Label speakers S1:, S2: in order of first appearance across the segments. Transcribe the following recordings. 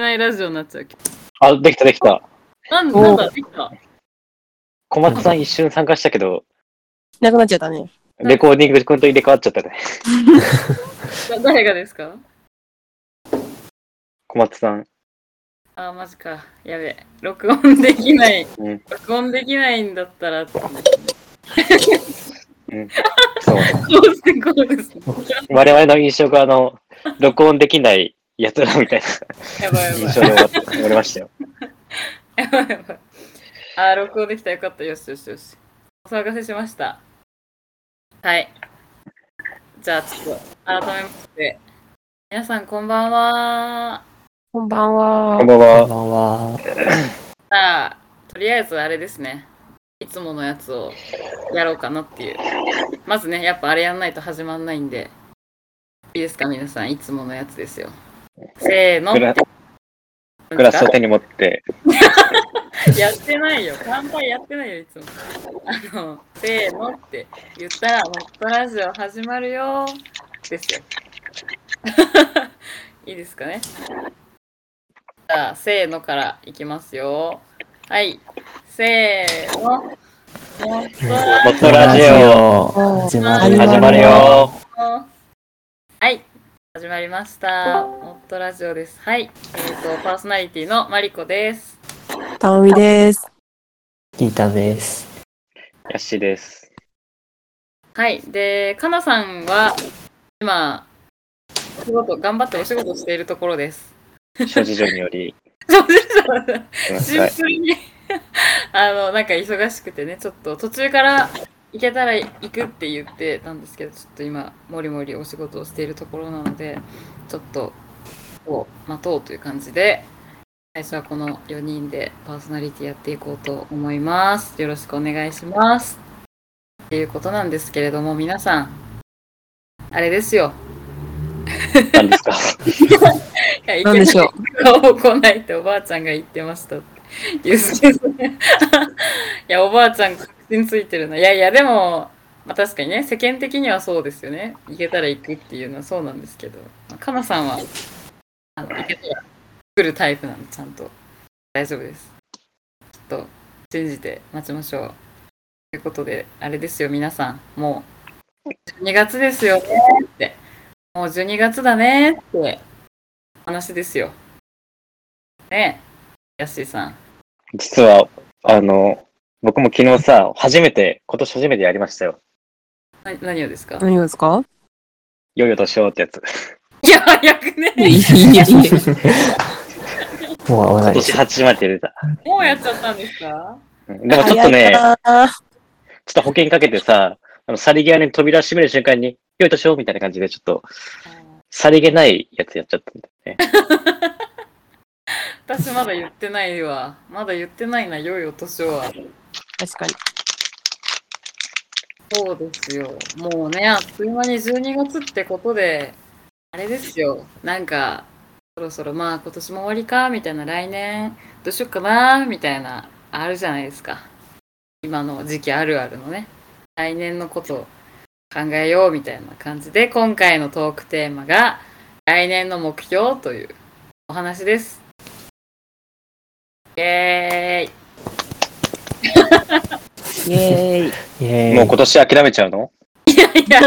S1: ないラジオになっちゃうけど。
S2: あ、できたできた。
S1: なんなんだ、できた。
S2: 小松さん一瞬参加したけど、
S3: なくなっちゃったね。
S2: レコーディング君と入れ替わっちゃったね。
S1: だ誰がですか
S2: 小松さん。
S1: あー、マジか。やべえ。録音できない。
S2: うん
S1: 録音できないんだったら、そう
S2: そう。
S1: してこうですね。
S2: 我々の印象が、あの、録音できないやつらみたい
S1: やばいやば
S2: な
S1: い
S2: 印象で終わって終わり ましたよ。
S1: やばいやばい。あー、録音できたよかった。よしよしよし。お騒がせしました。はい。じゃあ、ちょっと、改めまして。皆さん、こんばんは。
S3: こんばんは
S2: こん。ばん
S4: こん
S2: は。
S4: ばんは。
S1: さあ、とりあえずあれですね。いつものやつをやろうかなっていう。まずね、やっぱあれやんないと始まんないんで。いいですか、皆さん。いつものやつですよ。せーの。
S2: グラグラスを手に持って、
S1: やってないよ。乾杯やってないよ、いつも。あの、せーのって言ったら、もっとラジオ始まるよですよ。 いいですかね。じゃあ、せーのからいきますよ。はい。せーの。もっとラ
S2: もっとラジオ
S4: オ始ま
S1: オ
S4: るよ。
S2: 始まるよ。
S1: はい。始まりました。もっとラジオです。はい。えっ、と、パーソナリティのマリコです。
S3: たまみです。
S4: ギータです。
S2: ヤッシーです。
S1: はい。で、かなさんは、今、お仕事、頑張ってお仕事しているところです。
S2: 諸事情により、
S1: そうです
S2: すいま
S1: シ
S2: せん
S1: ンプルに、 あの、なんか忙しくてね、ちょっと途中から行けたら行くって言ってたんですけど、ちょっと今、もりもりお仕事をしているところなので、ちょっと、を待とうという感じで、最初はこの4人でパーソナリティやっていこうと思います。よろしくお願いします。っていうことなんですけれども、皆さん、あれですよ。
S2: 何ですか
S1: いやいけな
S3: ないんでしょう。
S1: 顔も来ないっておばあちゃんが言ってましたって。ゆうすけさん いや、おばあちゃん確信ついてるな。いやいや、でも、まあ、確かにね、世間的にはそうですよね。行けたら行くっていうのはそうなんですけど、まあかなさんは、あの行けたら来るタイプなんで、ちゃんと。大丈夫です。ちょっと、信じて待ちましょう。ということで、あれですよ、皆さん。もう、12月ですよねって。もう12月だねって話ですよ。ねえ、やっしーさん。
S2: 実は、あの、僕も昨日さ、初めて、今年初めてやりましたよ。
S1: な何をですか
S3: 何がですか
S2: いよいよ年をってやつ。
S1: いや、早く ね
S3: いいいやいや
S4: もう終わ
S2: 今
S4: らない
S2: 年初めて入れた。
S1: もうやっちゃったんですか
S2: うんでもちょっとね、
S3: 早い
S2: ちょっと保険かけてさ、あの、さりげに扉閉める瞬間に、良い年をみたいな感じで、ちょっと、さりげないやつやっちゃったんだよね。
S1: 私まだ言ってないわ。まだ言ってないな、良いお年をは。
S3: 確かに。
S1: そうですよ。もうね、あっという間に12月ってことで、あれですよ。なんか、そろそろまあ今年も終わりか、みたいな、来年どうしよっかな、みたいな、あるじゃないですか。今の時期あるあるのね。来年のこと考えようみたいな感じで、今回のトークテーマが、来年の目標というお話です。イエーイ
S3: イエーイ。
S4: イェーイ。
S2: もう今年諦めちゃうの
S1: いや、めちゃ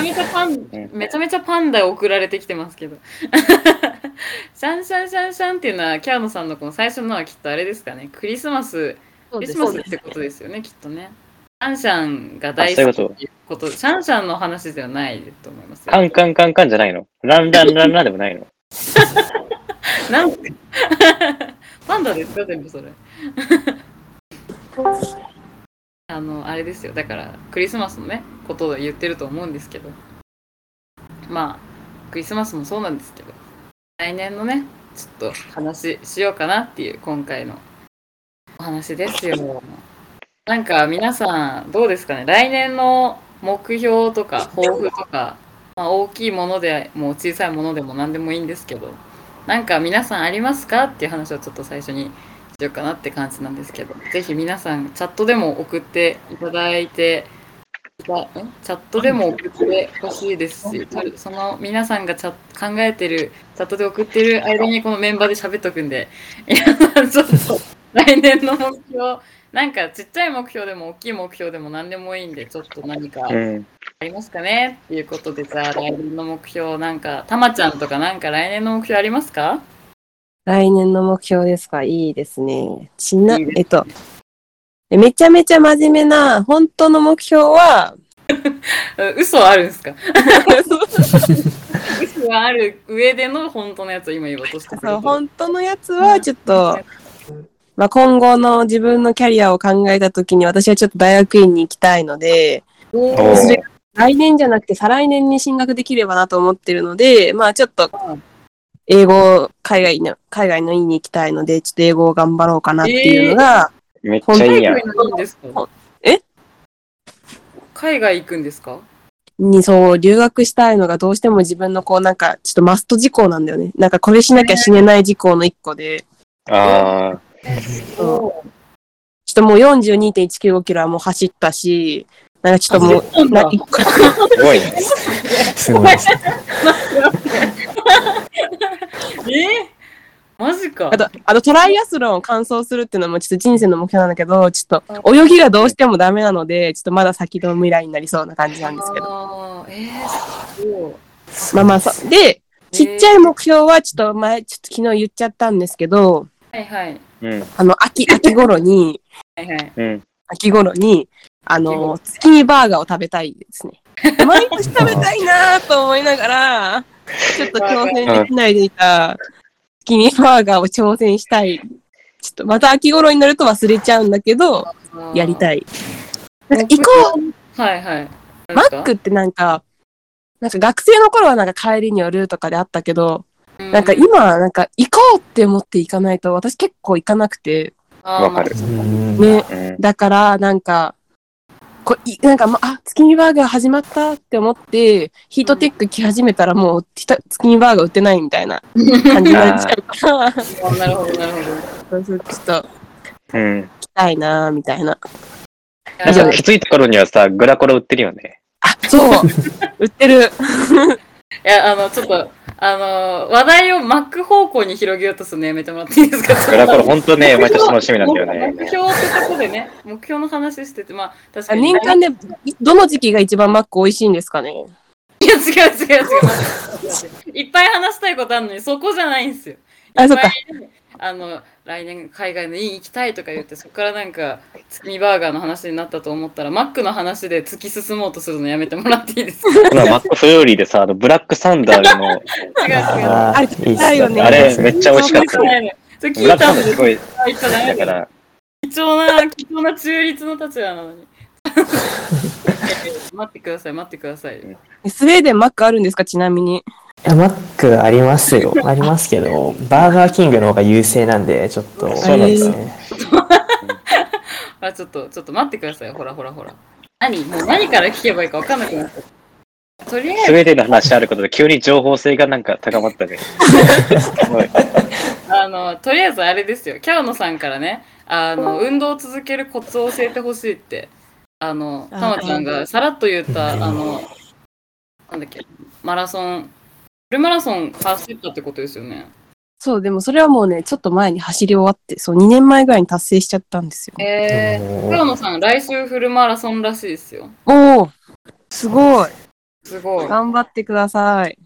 S1: めちゃパン、 めちゃめちゃパンダ送られてきてますけど。 シャンシャンシャンシャンっていうのは、キャーノさんのこの最初のはきっとあれですかね。クリスマス、ク
S3: そう
S1: リ
S3: で
S1: ス
S3: す
S1: マスってことですよね、きっとね。シャンシャンが大
S2: あそうい
S1: 好き
S2: うこと
S1: っていうこと、シャンシャンの話ではないと思いますよ
S2: カンカンカンカンじゃないのランランランランでもないの
S1: なんでパンダですか 全部それ。あの、あれですよ。だから、クリスマスのね、ことを言ってると思うんですけど。まあ、クリスマスもそうなんですけど、来年のね、ちょっと話しようかなっていう、今回のお話ですよ。なんか、皆さん、どうですかね来年の目標とか、抱負とか、まあ、大きいものでも小さいものでも何でもいいんですけど、なんか皆さんありますかっていう話をちょっと最初にしようかなって感じなんですけど、ぜひ皆さんチャットでも送っていただいて、がんチャットでも送ってほしいですし、とその皆さんがチャ考えてる、チャットで送ってる間にこのメンバーで喋っとくんで、 皆さんちょっと来年の目標、なんかちっちゃい目標でも大きい目標でも何でもいいんで、ちょっと何か
S2: うん。
S1: ありますかねっていうことで、じゃあ来年の目標、なんか、たまちゃんとかなんか来年の目標ありますか
S3: 来年の目標ですかいいですね。ちな、
S1: いいですね
S3: えっと、めちゃめちゃ真面目な、本当の目標は、
S1: う嘘あるんですか嘘はある上での本当のやつを今言おうとしてくれて
S3: そう、本当のやつは、ちょっと、まあ、今後の自分のキャリアを考えたときに、私はちょっと大学院に行きたいので、
S1: お
S2: お
S1: ー
S3: それ来年じゃなくて再来年に進学できればなと思ってるので、まあちょっと
S1: うん、
S3: 英語、海外の、海外の院に行きたいので、ちょっと英語を頑張ろうかなっていうのが、
S2: めっちゃいい
S1: 海
S2: やん
S1: 外。のいいんですか
S3: え
S1: 海外行くんですか
S3: にそう、留学したいのがどうしても自分のこうなんか、ちょっとマスト事項なんだよね。なんかこれしなきゃ死ねない事項の一個で、
S2: ああ。
S1: そ
S3: ちょっともう42.195キロはもう走ったし、なんかちょっともう、
S1: う
S3: な
S1: なんだ
S3: 一個
S2: すごいね。
S4: すごいですね。
S1: えー、マジか
S3: あと、あとトライアスロンを完走するっていうのもちょっと人生の目標なんだけど、ちょっと泳ぎがどうしてもダメなので、ちょっとまだ先の未来になりそうな感じなんですけど。
S1: あーえー、そう
S3: まあまあそう。で、ちっちゃい目標はちょっと前、ちょっと昨日言っちゃったんですけど、
S1: はいはい
S2: うん。
S3: あの、秋、 秋頃に、
S1: はいはい
S2: うん。
S3: 秋頃に、あ
S1: 秋頃
S3: の、月見バーガーを食べたいです ね。毎年食べたいなと思いながら、ちょっと挑戦できないでいた月見バーガーを挑戦したい。ちょっとまた秋頃になると忘れちゃうんだけど、やり
S1: い
S3: たい。なんか行こう
S1: はいはい
S3: マックってなんか、なんか学生の頃はなんか帰りに寄るとかであったけど、なんか今はなんか行こうって思って行かないと私結構行かなくて、
S1: わ
S2: わかる
S4: うん
S3: ね、
S2: うん。
S3: だからなんか、こいなんかま、あ、月見バーガー始まったって思って、ヒートテック着始めたらもうひた月見バーガー売ってないみたいな感じになっちゃうから、ち
S1: なるほどなるほど
S3: ょっと
S2: うん。
S3: 来たいなみたいな。
S2: な
S3: 以
S2: ん
S3: 上
S2: か
S3: です
S2: 気づいた頃にはさ、グラコロ売ってるよね。
S3: そう売ってる
S1: いや、あの、ちょっと、あの、話題をマック方向に広げようとするのやめてもらっていいですか
S2: グラコロほんとね、毎年楽しみなんだよ
S1: 目
S2: ね。
S1: 標ってとこでね、目標の話してて、まあ、確か
S3: あ
S1: に。
S3: 年間でいどの時期が一番マック美味しいんですかね
S1: いや、違う違う違う。いっぱい話したいことあるのに、そこじゃないんですよ。
S3: あそっか
S1: いぱいねあの、来年海外の院行きたいとか言って、そこからなんか、月見バーガーの話になったと思ったら、マックの話で突き進もうとするのやめてもらっていいです か
S2: このマックフルーリーでさ、あの、ブラックサン ダーの、
S1: 違う違う。
S4: あ
S3: あ
S4: あ、
S3: れ
S4: いいですね。
S3: だよね
S2: あれ、めっちゃ美味しかった。
S1: そ れ聞
S2: ブ
S1: い
S2: ラック
S1: た
S2: サ
S1: ん
S2: ンダー
S1: ですす。
S2: ごい、
S1: 言っちゃダメ
S2: だ
S1: だ
S2: か
S1: よ
S2: ら、
S1: 貴重な、貴重な中立の立場なのに。 待ってください、待ってください。
S3: スウェーデンマックあるんですかちなみに。
S4: いやマックありますよ。ありますけど、バーガーキングの方が優勢なんで、ちょっと。
S2: そう
S3: なんです
S4: ね。
S1: あ、ちょっと、ちょっと待ってください。ほらほらほら。何もう何から聞けばいいか分かんなくなった。とりあえ
S2: スウェーデンの話あることで急に情報性がなんか高まった ね。すごい
S1: ず、あの、とりあえずあれですよ。キャオノさんからね、あの、運動を続けるコツを教えてほしいって、あの、
S3: あ
S1: たまちゃんがさらっと言った、あの、なんだっけ、マラソン、フルマラソン走ったってことですよね。
S3: そう、でもそれはもうね、ちょっと前に走り終わって、そう、2年前ぐらいに達成しちゃったんですよ。
S1: えー。黒野さん、来週フルマラソンらしいですよ。
S3: おおすごい
S1: すごい。なんか
S3: 頑張ってください。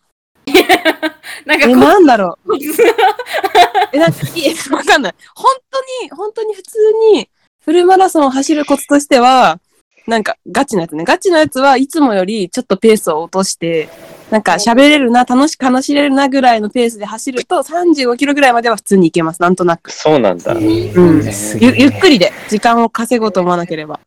S3: え、
S1: こ
S3: なんだろう
S1: う、
S3: え、なんか、いえ、わかんない。本当に、本当に普通に、フルマラソンを走るコツとしては、なんか、ガチなやつね。ガチなやつはいつもよりちょっとペースを落として、なんか喋れるな、楽しく話しれるなぐらいのペースで走ると、35キロぐらいまでは普通に行けます。なんとなく。
S2: そうなんだ。
S3: うん
S4: すげ
S3: ゆ
S4: え
S3: ゆっくりで時間を稼ごうと思わなければ。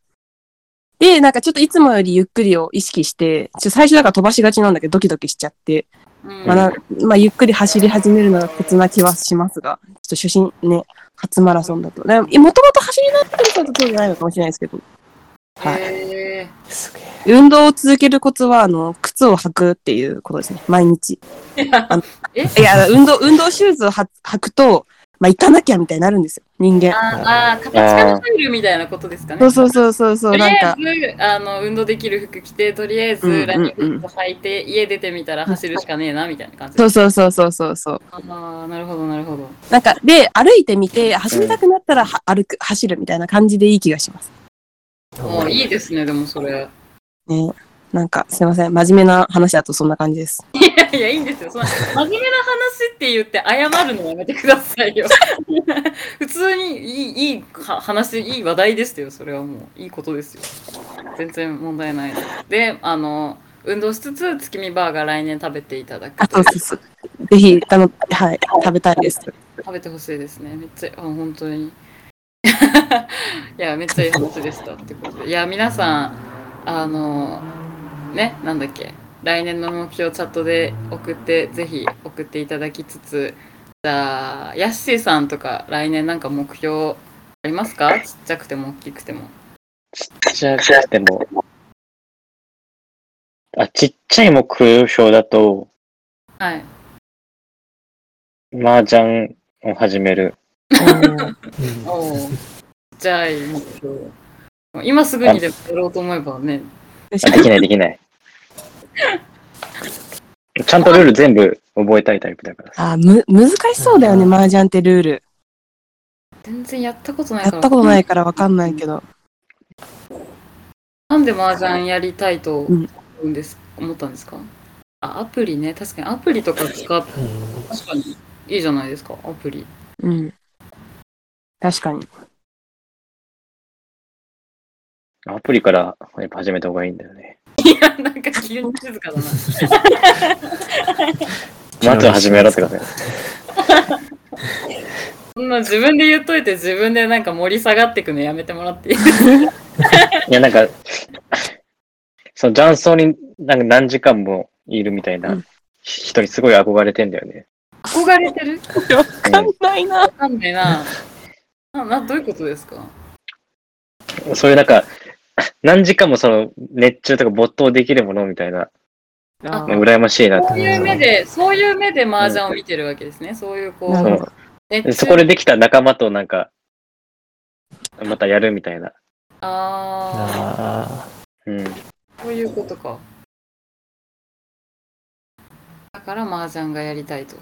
S3: で、なんかちょっといつもよりゆっくりを意識して、ちょ最初だから飛ばしがちなんだけどドキドキしちゃって、
S1: うん
S3: まあなまあ、ゆっくり走り始めるのがコツな気はしますが、ちょっと初心ね、初マラソンだと。でももともと走りなってる人だとそうじゃないのかもしれないですけど、はい
S1: え
S4: すげえ
S3: 運動を続けるコツは、あの、靴を履くっ ていうことですね、毎日。
S1: ーいや
S3: いや、運動、運動シューズをは履くと、まあ行かなきゃみたいになるんですよ、人間。
S1: あーあー、形から入るみたいなことですかね。
S3: そうそうそうそうそう、
S1: とり
S3: なん
S1: あ
S3: か、
S1: えずあの運動できる服着てとりあえ
S3: うんうんう
S1: ず
S3: ん
S1: ランニング靴履いて、家出てみたら走るしかねえなみたいな感じ
S3: そうそうそうそうそうそう。
S1: ああなるほどなるほど
S3: なんか、で、歩いてみて、走りたくなったらは歩く、走るみたいな感じでいい気がします。
S1: あーいいですねでもそれ
S3: ね。なんか、すいません。真面目な話だとそんな感じです。
S1: いやいやいいんですよその真面目な話って言って謝るのやめてくださいよ 普通にいいいいは話いい話題でしたよそれはもういいことですよ全然問題ないであの運動しつつ月見バーガー来年食べていただく
S3: あ、そうそうそう。 ぜひ、たの、はい、食べたいです。
S1: 食べてほしいですね。めっちゃ、あ本当に。い や、めっちゃいい話でしたってことで。いや、皆さん、あの、ね、なんだっけ、来年の目標をチャットで送って、ぜひ送っていただきつつ、じゃあ、ヤッシーさんとか、来年なんか目標ありますかちっちゃくても大きくても。
S2: ちっちゃくても。あ、ちっちゃい目標だと、
S1: はい。
S2: 麻雀を始める。
S1: おお。じゃあ、目標。今すぐにでもやろうと思えばね、
S2: あできないできない。ちゃんとルール全部覚えたいタイプだからさ。
S3: あ、む、難しそうだよね、
S4: うん
S3: 麻雀ってルール。
S1: 全然やったことない
S3: やっ
S1: から。
S3: たことないからわかんないけど。
S1: なんで麻雀やりたいと
S3: うん
S1: 思うんです、思ったんですかあ、アプリね。確かにアプリとか使って、確かにいいじゃないですか、アプリ。
S3: うん。確かに。
S2: アプリからやっぱ始めた方がいいんだよね。
S1: いや、なんか急に静かだな。
S2: まずは始めろってことだよ
S1: そんな自分で言っといて自分でなんか盛り下がってくのやめてもらっていい
S2: いや、なんか、その雀荘になんか何時間もいるみたいうなん人にすごい憧れてんだよね。
S1: 憧れてる
S3: わかんないな
S1: わ。かんないな。な、な、どういうことですか
S2: そういうなんか、何時間もその熱中とか没頭できるものみたいな、
S1: あ
S2: 羨ましいなって
S1: そういう目で、そういう目で麻雀を見てるわけですね。そういうこ
S3: な
S1: う
S3: るほど、
S2: そう
S1: 熱
S2: で
S1: 中
S2: そこでできた仲間となんか、またやるみたいな。
S1: あ
S4: あ
S2: うん。
S1: あ、そういうことか。だから麻雀がやりたいと。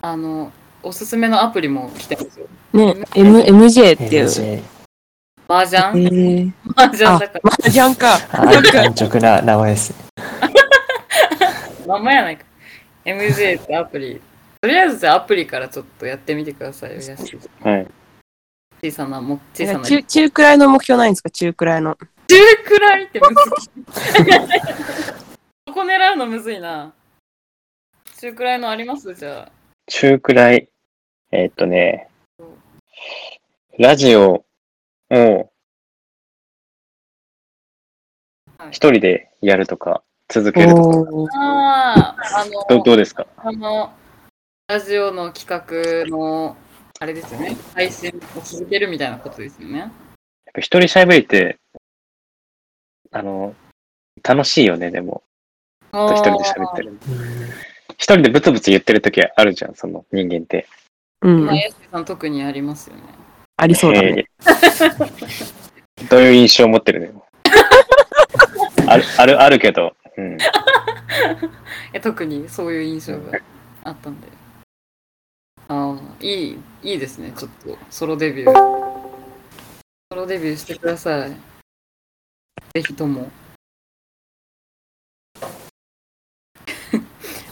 S1: あの、おすすめのアプリも来てますよ。
S3: ね、M、MJ
S4: ー
S3: っていう。
S4: NJ
S1: 麻雀
S3: えー、
S1: 麻雀
S3: あ
S1: だか、
S3: 麻雀か。
S4: あー安直な名前ですね。
S1: ら、まんまやないか。MJ ってアプリ。とりあえずじゃあアプリからちょっとやってみてくださいよ、安い
S2: はい。
S1: 小さな、も小さな。
S3: 中、中くらいの目標ないんですか中くらいの。
S1: 中くらいってむずい。そ こ狙うのむずいな。中くらいのありますじゃ
S2: 中くらい、えーっとね、ラジオを
S1: はい
S2: 一人でやるとか、続けるとか、
S3: おー
S1: あ。ああ、あ
S2: ど
S1: の
S2: う、どうですか
S1: あの、ラジオの企画の、あれですよね、配信を続けるみたいなことですよね。
S2: やっぱ一人喋りって、あの、楽しいよね、でも。
S1: あー
S2: 一人で喋ってる。一人でブツブツ言ってる時あるじゃん、その人間って。
S3: う
S1: まあ、
S3: ん。
S1: やすけさん特にありますよね。
S3: ありそうだね。
S2: えーどういう印象を持ってるのある、ある、あるけど。うん。
S1: え特にそういう印象があったんで。ああ、いい、いいですね、ちょっと、ソロデビュー。ソロデビューしてください。ぜひと も。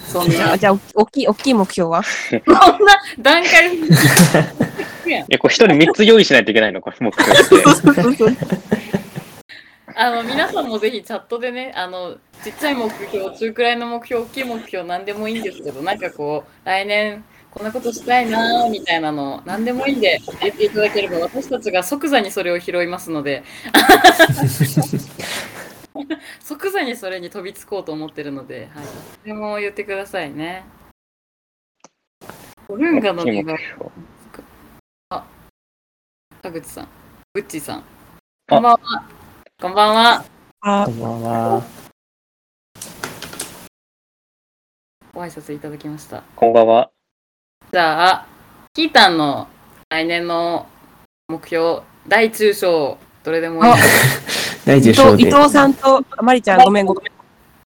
S1: そん
S3: じゃ
S1: な
S3: あ、、じゃあ、お大きい、大きい目標は
S1: そんな段階
S2: え、これ一人三つ用意しないといけないのこれ目標って。
S1: あの皆さんもぜひチャットでね、あのちっちゃい目標、中くらいの目標、大きい目標、なんでもいいんですけど、なんかこう、来年こんなことしたいなーみたいなの、なんでもいいんで言っていただければ、私たちが即座にそれを拾いますので、即座にそれに飛びつこうと思ってるので、はい、それも言ってくださいね。ルンガの
S2: 大きい
S1: 願
S2: 目
S1: い
S2: 標、
S1: 田口さん、グッチーさん、
S2: あ
S1: こんばんは。こんばんは。
S3: あ
S4: こ、んばんは。
S1: ご挨拶いただきました。
S2: こんばんは。
S1: じゃあ、キータンの来年の目標、大中小、どれでもいい。
S4: 大
S3: 伊
S4: 中
S3: 藤
S4: 小
S3: 伊
S4: で。
S3: 藤さんと、あまりちゃん、ごめんごめん。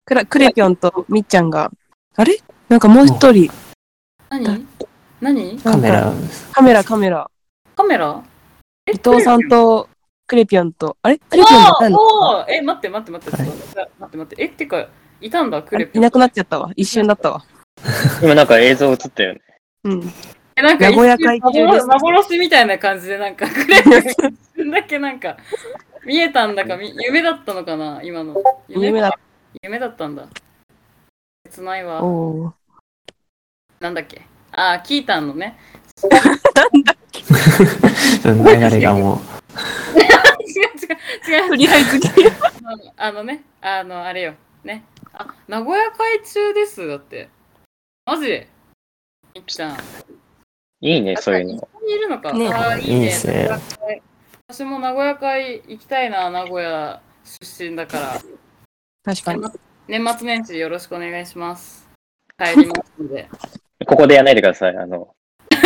S3: クラクレピョンとみっちゃんが、あれなんかもう一人、
S1: 何何
S4: カメ
S3: なんか
S4: ラ。
S3: カメラ、カメラ。
S1: カメラ
S3: 伊藤さんとクレピョンと、あれクレピョンがいたんだ
S1: おーおーえ、待って待って待って、ちょっと待って待って待って。え、ってか、いたんだ、クレピ
S3: いなくなっちゃったわ。一瞬だったわ。
S2: 今なんか映像映ったよね。
S3: うん。
S1: え、なんか
S3: 名古屋会中です
S1: 幻幻みたいな感じで、なんか、クレピョンが一瞬だけなんか、見えたんだか、み夢だったのかな、今の。
S3: 夢だっ
S1: 夢だったんだ。切ない
S3: た。
S1: わ。
S3: おー
S1: なんだっけ。あー、キータンのね。
S3: なんだ
S4: うん流れがも
S1: 違う違う違う。
S3: とりあえず、
S1: あのあのね、あの、あれよ。ね。あ、名古屋会中です。だって。マジみっちゃん。
S2: いいね、そういう
S1: 一
S2: の。
S1: 緒にいるのか。
S3: ね
S1: あーいい
S4: いい
S1: ね。
S4: ですね
S1: 名古屋会私も名古屋会行きたいな、名古屋出身だから。
S3: 確かに。
S1: 年末年始よろしくお願いします。帰りますので。
S2: ここでやらないでください。あの、
S1: 皆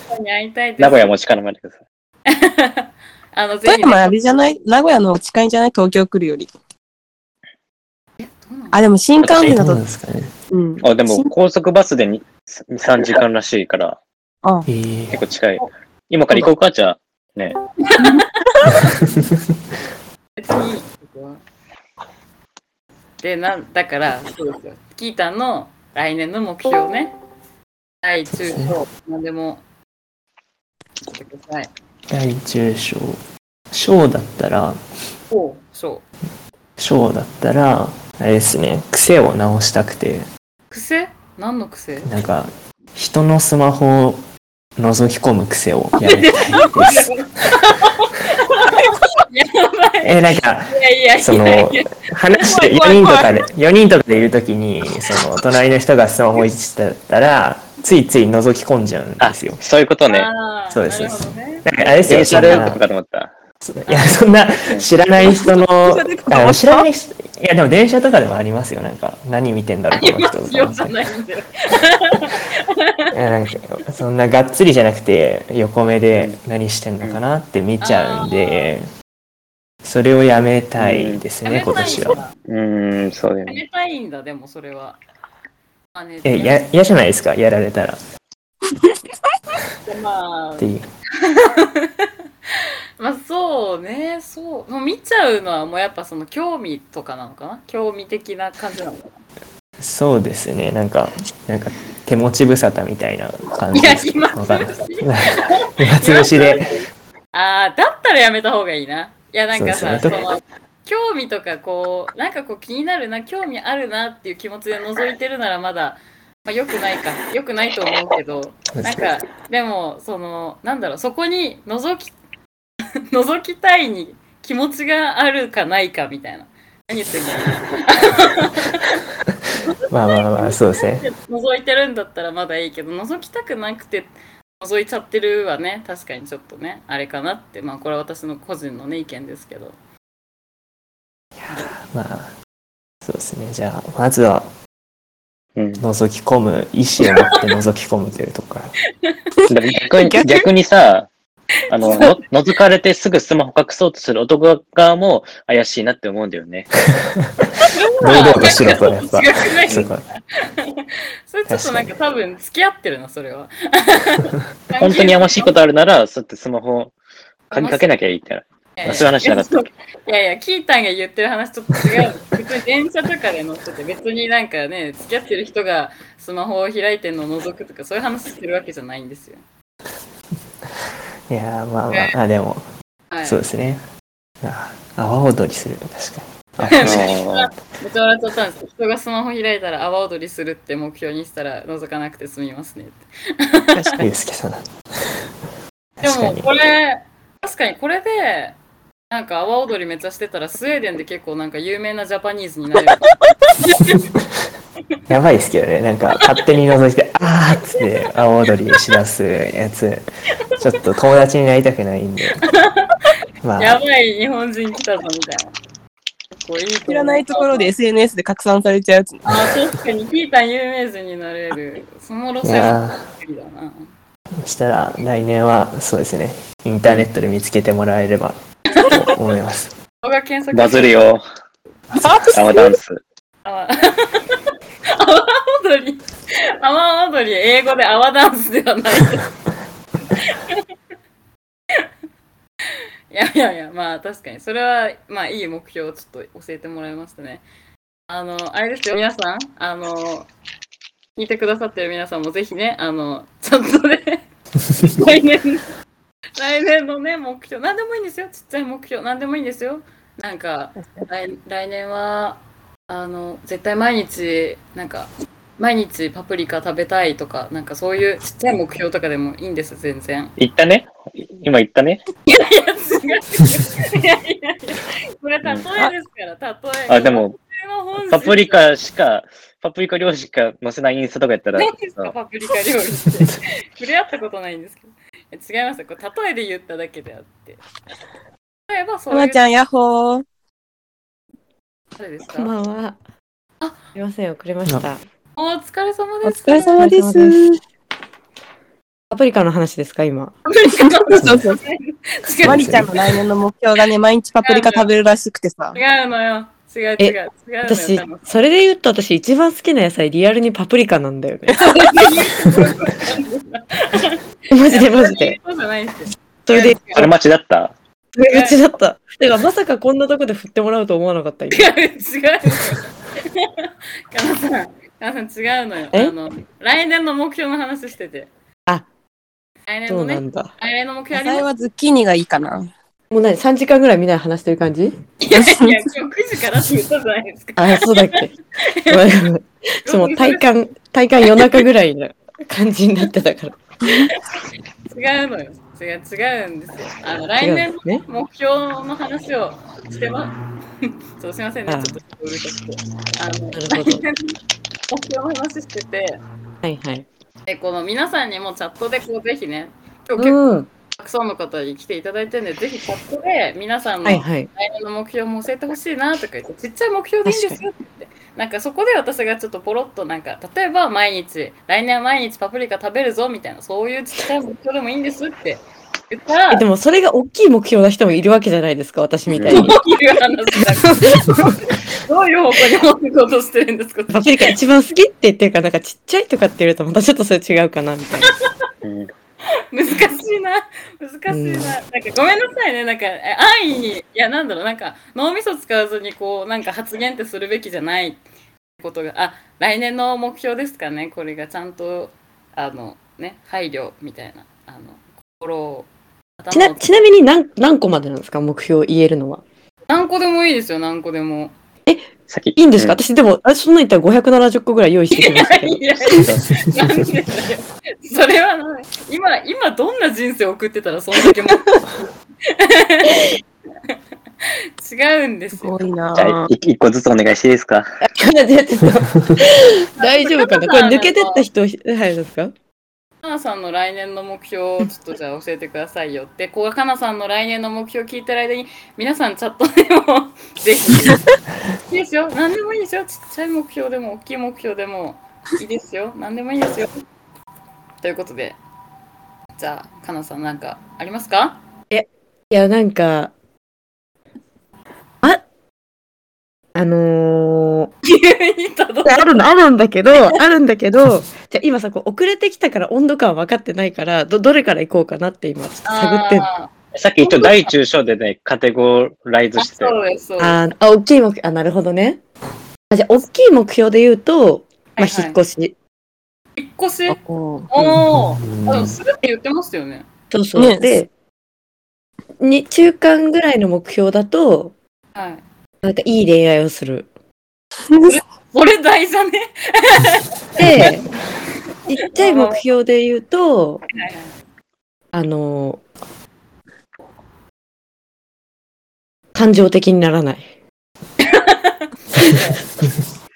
S1: さんに会いたいです。
S2: 名古屋持ち帰らないでください。
S1: あの、ぜ
S3: 富
S1: ひ、ね。
S3: 山あれじゃない名古屋の近いんじゃない東京来るより。
S1: どうなの
S3: あ、でも新幹
S4: う。え、
S3: 線
S4: ど
S3: だ
S4: うなん
S3: と、
S4: ですかね。
S3: うん。
S2: あ、でも
S3: 新
S2: 高速バスでに3時間らしいから、
S3: あ、
S4: え
S2: 結構近い。今から行こうか、じゃあ。ね。
S1: 別にでなんだからそうですよキータンの来年の目標ね大中小何でも聞いてください
S4: 大中小。小だったら、
S1: ほうそう
S4: 小だったら、あれですね、癖を直したくて、
S1: 癖何の癖
S4: なんか、人のスマホを覗き込む癖をや りたいです。
S1: やばい
S4: え、なんか、
S1: いやいやい
S4: その
S1: やいや、
S4: 話して4
S3: 怖い
S4: 人と
S3: 怖い
S4: かで、4人とかでいるときに、その、隣の人がスマホいじってたら、ついつい覗き込んじゃうんですよ。
S2: そういうことね。
S1: あー
S4: そうです
S1: なるほどね
S4: なんか、あれです
S2: 電
S4: よ、
S2: 車
S4: そん
S2: で
S4: な
S2: とかと思った。
S4: いや、そんな、知らない人の、あの知らない人、いや、でも電車とかでもありますよ、なんか、何見てんだろう、
S1: い
S4: この
S1: ま
S4: 人
S1: すよ
S4: と
S1: じゃ
S4: か。
S1: ないんだよ
S4: いやなんかそんながっつりじゃなくて横目で何してんのかなって見ちゃうんでそれをやめたいです
S1: や
S4: ね
S1: め
S4: 今
S1: たい
S4: 年
S1: ん
S4: は。
S1: だ
S2: うーん、そうだよ
S1: や
S2: ね。
S1: めたいんだでもそれはまあね
S4: えや嫌じゃないですかやられたらっ
S1: まあ
S4: ていう。
S1: まあそうね、そう。もう見ちゃうのはもうやっぱその興味とかなのかな興味的な感じ なのか
S4: そうですねなんかなんか手持ち無沙汰みたいな感
S1: ない
S4: じ
S1: や
S4: です、
S1: 今
S4: わかんない今つぶしで
S1: ああ、だったらやめた方がいいな。いやなんかさ、そ
S4: そ
S1: う
S4: ですね
S1: の、興味とかこう、なんかこう気になるな、興味あるなっていう気持ちで覗いてるならまだ、まあ良くないか、良くないと思うけど、なんか、でも、その、なんだろう、そこに覗き、 覗きたいに気持ちがあるかないかみたいな。何言ってんだ
S4: まあまあまあそうですね
S1: 覗いてるんだったらまだいいけど覗きたくなくて覗いちゃってるはね確かにちょっとねあれかなってまあこれは私の個人のね意見ですけど
S4: まあそうですねじゃあまずは
S2: うん、
S4: 覗き込む意思を持って覗き込むというと ころから
S2: でも逆に
S3: 逆
S2: 逆にさ、あの、の覗かれてすぐスマホ隠そうとする男側も怪しいなって思うんだよね。
S4: 堂々としろとやっぱ
S1: 違くない
S4: そこは
S1: それちょっとなんか
S4: 確
S1: 多分付き合ってるなそれは
S2: 本当にやましいことあるなら、そうやってスマホ、鍵かけなきゃいいって。
S1: いやいや
S2: そういう話じゃなかったっ
S1: いやいやキータンが言ってる話ちょっと違う別に電車とかで乗ってて別になんかね付き合ってる人がスマホを開いてるのを覗くとかそういう話してるわけじゃないんですよ、
S4: いやーまあまああでも
S1: はい、
S4: そうですねあ阿波踊りする確か
S2: け。
S4: に
S2: あー
S1: めっちゃ笑っちゃったんですけど人がスマホ開いたら阿波踊りするって目標にしたら覗かなくて済みますねって
S3: 確か
S4: ゆ
S3: に。
S4: うすけさん
S1: で
S4: 確か
S1: も
S4: に
S1: これ確かにこれでなんか阿波踊りめっちゃしてたらスウェーデンで結構なんか有名なジャパニーズになれる
S4: やばいですけどねなんか勝手に覗いて 「あー」っつって阿波踊りしだすやつちょっと 友達になりたくないんでまあ
S1: やばい日本人来たぞみたいなこいいと思う
S3: 知らないところで SNS で拡散されちゃうやつね。
S1: あー確かにピータン有名人になれるその路
S4: い
S1: 線は
S4: や
S1: 無理だな
S4: ーそしたら来年はそうですねインターネットで見つけてもらえればと思います
S1: 動画検索
S2: バズるよ。アワダンス。
S1: あ阿波踊り阿波踊り英語で阿波ダンスではないいやいやいやまあ確かにそれはまあいい目標をちょっと教えてもらいましたねあのあれですよ皆さんあの聞いてくださってる皆さんもぜひねあのちょっとね来年来年のね目標何でもいいんですよちっちゃい目標何でもいいんですよなんか来来年はあの絶対毎日なんか毎日パプリカ食べたいとかなんかそういうちっちゃい目標とかでもいいんです全然
S2: 行ったね今行ったね
S1: いや違ういやいやいやこれ例えですから例え
S2: あ、でも、パプリ
S1: で
S2: カしか、パプリカ料理しか載せないインスタとかやったら、
S1: 何です
S2: そ
S1: か
S2: う
S1: パプリカ料理って触れ合ったことないんですけどいや違いますよこれ例えで言っただけであって例えばそう
S3: マ
S1: いう
S3: マちゃん、ヤッホー。
S1: 誰です
S5: こんば
S1: か
S5: んは。
S1: あ
S5: すいません、遅れました。
S1: お疲れ様
S3: お
S1: です
S3: 疲れ様です。
S5: お疲れ様パプリカの話ですか、今。
S1: パプリカ料理
S3: そうそう。
S1: 違う
S3: マリちゃんの来年の目標がね、毎日パプリカ食べるらしくてさ。
S1: 違うのよ違う違う違うのよ
S5: 私
S1: 多分、
S5: それで言うと私一番好きな野菜、リアルにパプリカなんだよ ね。マジでマジで。
S1: そうじゃないですよ。
S5: それで、
S2: それ待ちだった
S5: それうちだった。てか、まさかこんなとこで振ってもらうと思わなかった。今
S1: 違う、違う。かなさん、かなさん違うのよ。
S5: え
S1: あの、来年の目標の話してて。
S5: あ、
S1: 来年
S5: そ
S1: の
S5: うな
S1: ね、
S5: んだ。
S1: 来年の目標
S3: 野
S1: あり
S3: 菜
S1: ま
S3: はズッキーニがいいかな。
S5: もう何、3時間ぐらいみんなで話してる感じ
S1: す。いや、今日9時からって言ったじゃないですか。
S5: あ、そうだっけ。ごめんごめん そう、もう体感、体感夜中ぐらいの感じになってたから。
S1: 違うのよ。違う、違うんですよ。あの、来
S5: 違
S1: 年
S5: うんですね。
S1: の目標の話をしてます。 そう、すいませんね。ちょ
S5: あ
S1: っとうるさくて。あの、
S5: なるほど
S1: 来年の目標の話してて、
S5: はいはい。
S1: え、この皆さんにもチャットでこう、ぜひね、今日結構
S5: うん。
S1: たくさんの方に来ていただいてるんで、ぜひチャットで皆さんの
S5: はい
S1: 来
S5: はい。
S1: 年の目標も教えてほしいなとか言って、ちっちゃい目標でいいんですよって言って。なんかそこで私がちょっとポロッとなんか例えば毎日来年は毎日パプリカ食べるぞみたいなそういうちっちゃい目標でもいいんですって言ったら
S5: えでもそれが大きい目標な人もいるわけじゃないですか、私みたい
S1: どう
S5: に。
S1: いう話だ かどういう方向に持っていこうとしてるんですか
S5: パプリカ一番好きって言ってるから、なんかちっちゃいとかって言うとまたちょっとそれ違うかな、みたいな。
S2: うん
S1: 難しいな難しいな,、
S5: う
S1: な
S5: ん
S1: んかごめんなさいねなんかえ安易にいやなんだろうなんか脳みそ使わずにこうなんか発言ってするべきじゃないってことがあ来年の目標ですかねこれがちゃんとあのね配慮みたいなあの心を
S5: ち
S1: 頭
S5: な、
S1: を
S5: ちなみに何、何個までなんですか、目標言えるのは。
S1: 何個でもいいですよ何個でも
S2: さっき。
S5: いいんですか、
S2: う
S5: 私でも、あそんなん言ったら570個ぐらい用意してきましたけど。
S1: いやいやなんでだよそれはない今今どんな人生を送ってたらそんだけ も違うんです
S3: す
S1: よ
S3: ごいな
S2: じゃあ、い一個ずつお願いしていいですか
S5: 大丈夫かなこれ抜けてった人、はい、ですか
S1: かなさんの来年の目標をちょっとじゃあ教えてくださいよって、こがかなさんの来年の目標を聞いてる間に、皆さんチャットでもぜ ひ、いいですよ、何でもいいですよ、ちっちゃい目標でも大きい目標でもいいですよ、何でもいいですよ。ということで、じゃあ、かなさんなんかあります か
S5: いや、なんか、あ、あのー、
S1: 急にたど
S5: あるの、あるんだけど、あるんだけど、じゃあ今さ、こう遅れてきたから温度感分かってないから、ど、どれから行こうかなって今、ちょっと探ってんの。
S1: あ
S2: さっき一応大中小でね、カテゴライズ
S1: ー
S2: してたよ。
S1: そうです、そうです。
S5: あー、あ大きい目標、あ、なるほどね。あじゃあ、大きい目標で言うと、まあ、
S1: はいはい
S5: 引っ越し。
S1: 引っ越し
S5: おー
S1: おお、
S4: うん
S1: あするって言ってましたよね。
S5: そうそう。
S3: ね
S5: で、に、中間ぐらいの目標だと、
S1: はい。
S5: なんかいい恋愛をする。
S1: これ大事だね。
S5: で、ちっちゃい目標で言うと、あの感情的にならない。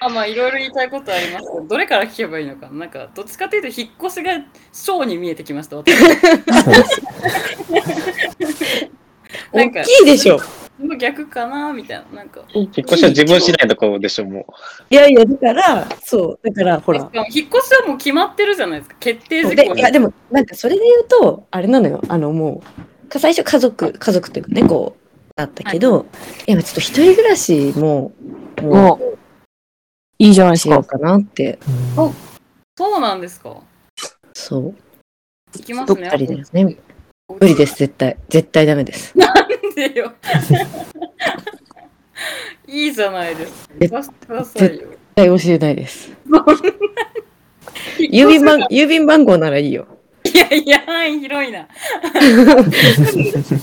S1: あまあいろいろ言いたいことありますけどどれから聞けばいいのかななんかどっちかというと引っ越しが小に見えてきました私
S4: そうです
S1: な
S5: 大
S1: んか
S5: きいでしょ。
S1: の逆かなみたいな。なんか。
S5: 引っ
S2: 引っ越しは自分次第のとこでしょ、も
S5: いやいや、だから、そう、だから、ほ
S1: し
S5: ら。
S1: かも引っ越しはもう決まってるじゃないですか。決定
S5: そう
S1: 事
S5: で
S1: 項
S5: いやでも、なんかそれで言うと、あれなのよ、あのもう、か最初家族、家族というかね、こう、だったけど、い、や、ちょっと一人暮らしも、も
S3: もう、いいじゃないで
S5: う、
S3: す
S5: しよう
S3: か。
S5: かなって、
S4: うん
S1: そうなんですか。
S5: そう、
S1: 行きます
S5: どっ
S1: ね。
S5: かりですね。無理です、絶対。絶対ダメ です。
S1: なんでよ。いいじゃないですか。
S5: え
S1: 言わせてくださいよ。
S5: 絶対教えないです。
S1: 郵
S5: 郵便 番、郵便番号ならいいよ。
S1: いやいや、範囲広いな。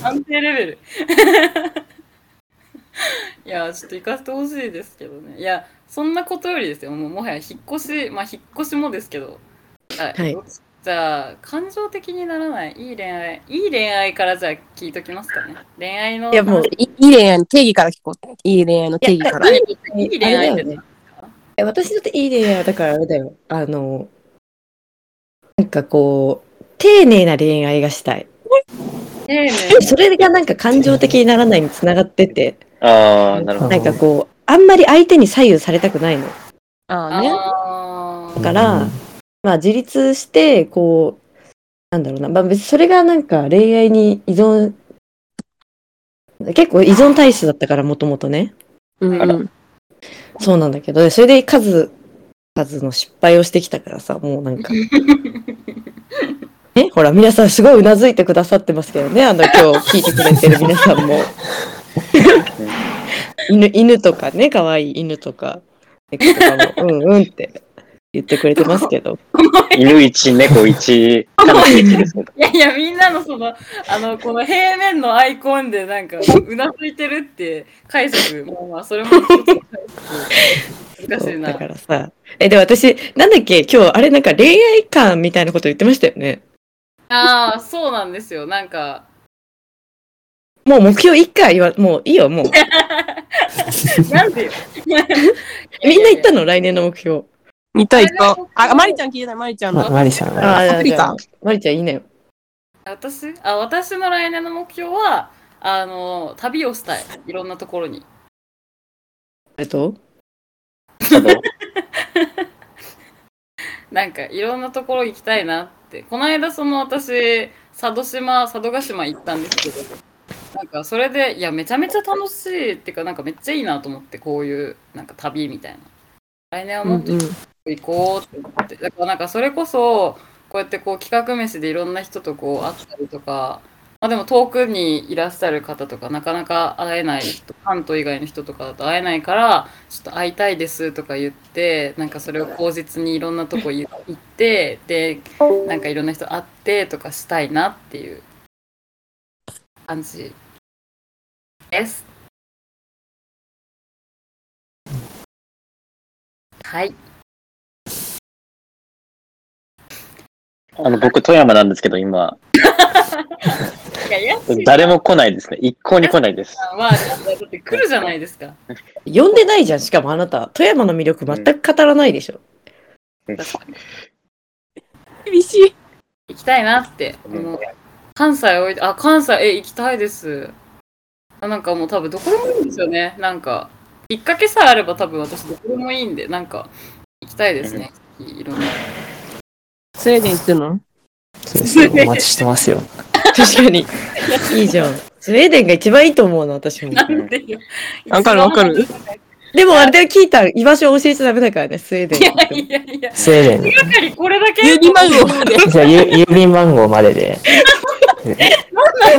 S1: 安定レベル。いや、ちょっと行かせてほしいですけどね。いや、そんなことよりですよ。もうもはや引っ越し、まあ引っ越しもですけど。あ
S5: はい
S1: じゃあ、感情的にならない。いい恋愛。いい恋愛からじゃあ聞いときますかね。恋愛の。
S5: いやもう
S3: いいい恋愛の定義から聞こう。いい恋愛の定義から。
S1: いいいい恋愛
S5: あ
S1: って
S5: れだ
S1: ね
S5: よね。え私だっていい恋愛はだからあれだよ。あの、なんかこう、丁寧な恋愛がしたい。
S1: 丁寧な
S5: それがなんか感情的にならないにつながってて、
S2: う。ああ、なるほど。
S5: なんかこう、あんまり相手に左右されたくないの。
S3: ああね。
S1: あー
S5: だから
S4: うん
S5: まあ自立して、こう、なんだろうな、まあ別にそれがなんか恋愛に依存、結構依存体質だったからもともとね。
S3: うんうん。
S5: そうなんだけど、それで数、数の失敗をしてきたからさ、もうなんか。ね、ほら、皆さんすごいうなずいてくださってますけどね、あの、今日聞いてくれてる皆さんも。犬、犬とかね、可愛い犬とか、猫とかも、うんうんって言ってくれてますけど。
S2: 犬一、猫一、タヌキ一ですけど。
S1: いやいや、みんなのその、あの、この平面のアイコンでなんか、うなずいてるって解釈、まあまあ、それも一つの解釈難しいな。
S5: だからさ。え、で、私、なんだっけ、今日、あれ、なんか恋愛観みたいなこと言ってましたよね。
S1: ああ、そうなんですよ。なんか、
S5: もう目標一回言わ、もういいよ、もう。
S1: なんでよ。
S5: みんな言った
S1: の
S5: の、来年の目標。
S3: 似たいと。あ、まりちゃん聞いてない、まりちゃん
S4: ま、
S3: の。
S4: マリさんは、
S5: ー
S3: アプリか
S5: じゃあマリちゃんいいなよ。
S1: 私あ、私の来年の目標は、あの、旅をしたい。いろんなところに。
S5: えっと、
S2: 佐渡
S1: なんか、いろんなところ行きたいなって。この間、その私、佐渡島、佐渡島行ったんですけど、なんか、それで、いや、めちゃめちゃ楽しいっていうか、なんかめっちゃいいなと思って、こういう、なんか旅みたいな。来年は
S3: うんう
S1: もっと
S3: ん。
S1: 行こうって思って。だから、なんか、それこそ、こうやってこう、企画飯でいろんな人とこう、会ったりとか、まあでも遠くにいらっしゃる方とか、なかなか会えない人、関東以外の人とかだと会えないから、ちょっと会いたいですとか言って、なんかそれを口実にいろんなとこ行行って、で、なんかいろんな人会ってとかしたいなっていう感じです。はい。
S2: あの、僕、富山なんですけど、今、
S1: いや、やっち
S2: 誰も来ないですね。一向に来ないです。
S1: さんは、だって来るじゃないですか。
S5: 呼んでないじゃん、しかもあなた。富山の魅力全く語らないでしょ。
S3: 厳しい。
S1: 行きたいなって思う。関西おいあ、関西、え、行きたいです。あなんかもう多分どこでもいいんですよね。なんか、きっかけさえあれば多分私どこでもいいんで、なんか、行きたいですね。いろんな。
S3: スウェーデン行ってんの
S4: そうですよお待ちしてますよ。
S5: 確かに。いいじゃん。スウェーデンが一番いいと思うの、私も。
S1: なんでよ。
S3: わかるわかる。
S5: でもあれで聞いたら居場所を教えちゃダメだからね、スウェーデン。
S1: いやいやいや、
S4: スウェーデン
S1: やっぱりこれだけ。
S3: 郵便番号で。
S4: じゃあゆ郵便番号までで。
S1: な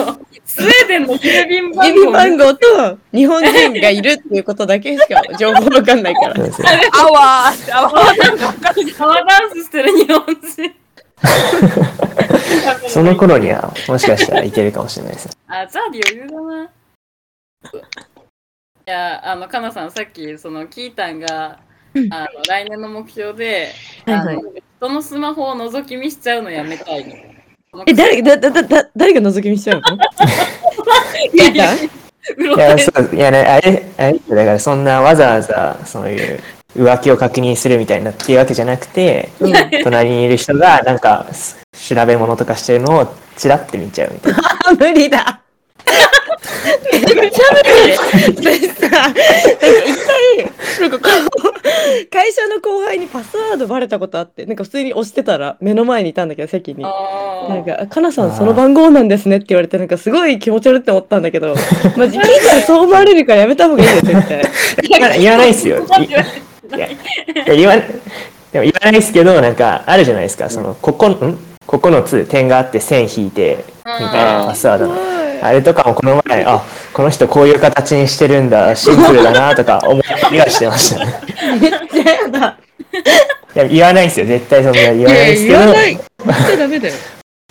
S1: んだよ。スウェーデンの郵便番
S5: 郵
S1: 号。
S5: 便番号と日本人がいるっていうことだけしか情報わかんないか
S4: そう
S5: ら。
S4: です
S3: あわー、あわー。
S1: 川ダンスしてる日本 人。
S4: その頃には、もしかしたらいけるかもしれないです。
S1: あ、じゃあ余裕だな。いや、あの、かなさん、さっき、その、キータンが、あの、来年の目標で、あ
S5: はい
S1: の、人のスマホを覗き見しちゃうのやめたいみたいな。
S5: え、誰、だ、だ、だ、だ誰が覗き見しちゃうの
S1: いやいや、うろ
S4: い
S1: たえ
S4: や、そう、いやね、あれ、あれだからそんなわざわざ、そういう浮気を確認するみたいなっていうわけじゃなくて、隣にいる人が、なんか、調べ物とかしてるのを、チラって見ちゃうみたいな。
S5: あ、無理だ。めっちゃ無理でさ、なんか一回、なんかこう、会社の後輩にパスワードバレたことあって、なんか普通に押してたら、目の前にいたんだけど、席に。
S1: あー
S5: なんか、かなさ
S4: あ
S5: ん
S4: ー
S5: その番号なんですねって言われて、なんかすごい気持ち悪いって思ったんだけ ど、マジ聞いたらそう思われるからやめた方がいいよ、絶対。
S4: 言わ言わないですよ。いいやいや言わなでも言わないですけど、なんかあるじゃないですか、その、ここ、んここのつ点があって線引いて、みたいなパスワ ードの。あれとかもこの前、あ、この人こういう形にしてるんだ、シンプルだなとか思ったりはしてました ね。
S5: めっちゃ嫌だ。
S4: いや言わないですよ、絶対そんな言わないですけ
S5: 言わない。
S4: ど
S5: 言、っちゃダメだよ。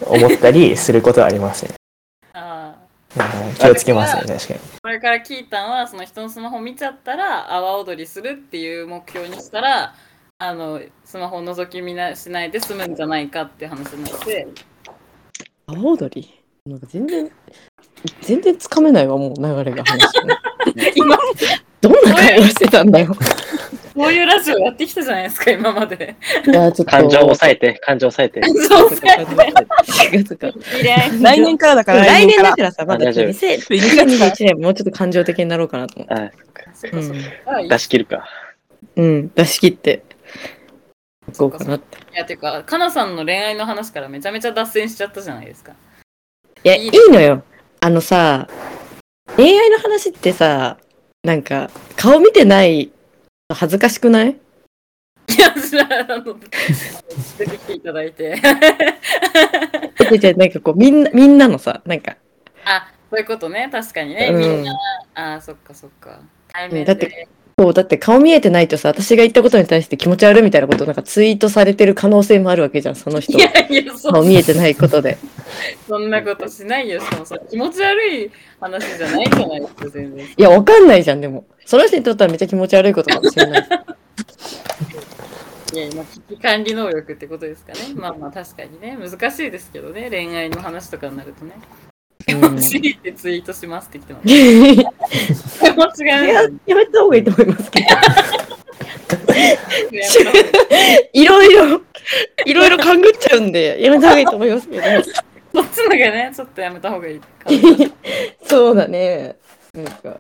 S4: 思ったりすることはありますね。
S1: あー
S4: うん気をつけますね、確かに。
S1: これから聞いたんは、その人のスマホ見ちゃったら、阿波踊りするっていう目標にしたら、あの、スマホ覗き見なしないで済むんじゃないかって話になって、
S5: 阿波踊りなんか全然、全然つかめないわ、もう流れが話 が。
S1: 今、
S5: どんな会話してたんだよ。
S1: こういうラジオやってきたじゃないですか、今まで。
S5: いや、ちょっと。
S2: 感情を抑えて、感情を抑えて。
S1: そうそう。い
S3: 来年からだから、
S5: 来年だ
S3: だ
S5: か。らさ、まだ
S2: 大丈夫
S5: 2000 2021年もうちょっと感情的になろうかなと思
S2: はい
S1: そう
S5: っ
S1: そう
S5: て。
S2: 出し切るか。
S5: うん、うん、出し切って。いこうかなって。
S1: いや、てか、かなさんの恋愛の話からめちゃめちゃ脱線しちゃったじゃないですか。
S5: いや、
S1: い
S5: い
S1: い
S5: い
S1: ね
S5: のよ。あのさ、恋愛の話ってさ、なんか、顔見てないと恥ずかしくない
S1: いや、じゃあ、あの、出てきていただいて。
S5: え違う違うなんかこう、みんな、みんなのさ、なんか、
S1: あ、そういうことね、確かにね、
S5: うん
S1: みんな、あー、そっかそっか。対面
S5: だ
S1: で。
S5: ってこう、だって顔見えてないとさ、私が言ったことに対して気持ち悪いみたいなことなんかツイートされてる可能性もあるわけじゃん、その人
S1: い。や いや、そ
S5: 顔見えてないことで。
S1: そんなことしないよ、しかもさ、気持ち悪い話じゃないじゃないですか、全然。
S5: いや、わかんないじゃん、でも。その人にとってはめっちゃ気持ち悪いことかもしれない。
S1: いや、今、危機管理能力ってことですかね。まあまあ、確かにね、難しいですけどね、恋愛の話とかになるとね。気持ちいいってツイートしますって来てます。
S5: い
S1: 気持ちが
S5: や、
S1: ね
S5: や、めた方がいいと思いますけど。
S1: やめた方がいい
S5: いろいろ、いろいろ勘ぐっちゃうんで、やめた方がいいと思いますけど。
S1: そっちのがね、ちょっとやめた方がいいかな。
S5: そうだね。なんか、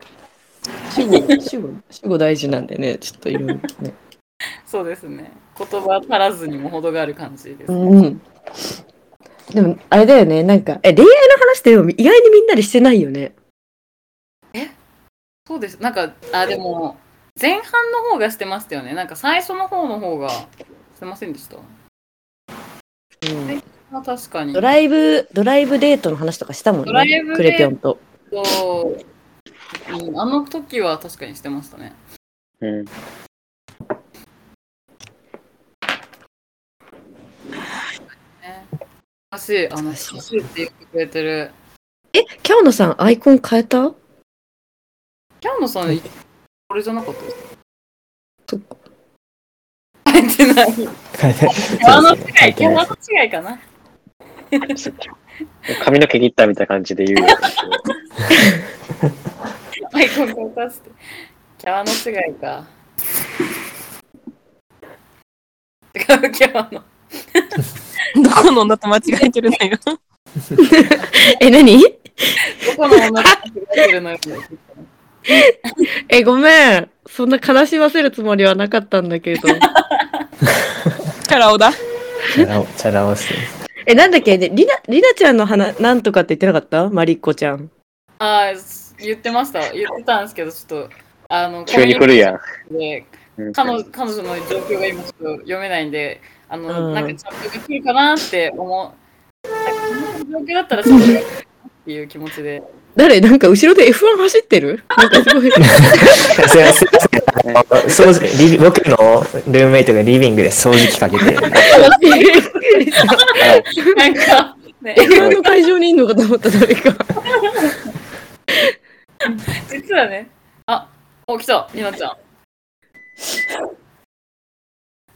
S5: 主語、主語、主語大事なんでね、ちょっといろいろね。
S1: そうですね。言葉足らずにも程がある感じです。
S5: うん。でも、あれだよね、なんか、え、恋愛の話ってでも意外にみんなでしてないよね。
S1: そうです。なんか、あ、でも、前半の方がしてましたよね。なんか最初の方の方がしてませんでした。
S5: うん
S1: まあ、確かに。
S5: ドライブ、ドライブデートの話とかしたもん
S1: ドライ
S5: ね
S1: ブデー。ト
S5: クレピョンと。
S1: と、うんあの時は確かにしてましたね。
S2: うん。
S1: ね難しい、あの、難
S5: 懐か
S1: しいって言ってくれてる。
S5: え、キャオナさん、アイコン変えた
S1: キャンのさん、これじゃなかったですか
S5: そっか。
S1: 入ってない。
S4: そうですね
S1: あの違
S4: 書
S1: い、
S4: い
S1: キ
S4: て
S1: ャ
S4: ない
S1: ラの違いかな。
S2: 髪の毛切ったみたいな感じで言 う。
S1: アイコン変えたって。キャラの違いか。違うキャラの。
S3: どこの女と間違えてるの よ。
S5: え、何
S1: どこの女の子がいるのよ。
S5: え、ごめん。そんな悲しませるつもりはなかったんだけど。
S3: キャラをだ。
S4: チャラ男チャラ男っすね
S5: え、なんだっけね、りな、りなちゃんの話、なんとかって言ってなかったマリッコちゃん。
S1: ああ、言ってました。言ってたんですけど、ちょっと、あの、
S2: 急に来るやん。
S1: コミュニケーションで
S2: うん
S1: 彼女彼女の状況が今ちょっと読めないんで、あの、
S5: うん
S1: なんかチャットが来るかなって思う。なんかこんな状況だったらチャ ットが来るかなっていう気持ちで。
S5: 誰なんか後ろで F1 走ってるなんかす ごい。
S4: すいませんすいません。掃除リ僕のルームメイトがリビングで掃除機かけて、
S2: はい
S1: なんか、ね、
S5: F1 の会場にいるのかと思った、誰か。
S1: 実はね、あ、お、来た、りなちゃん。来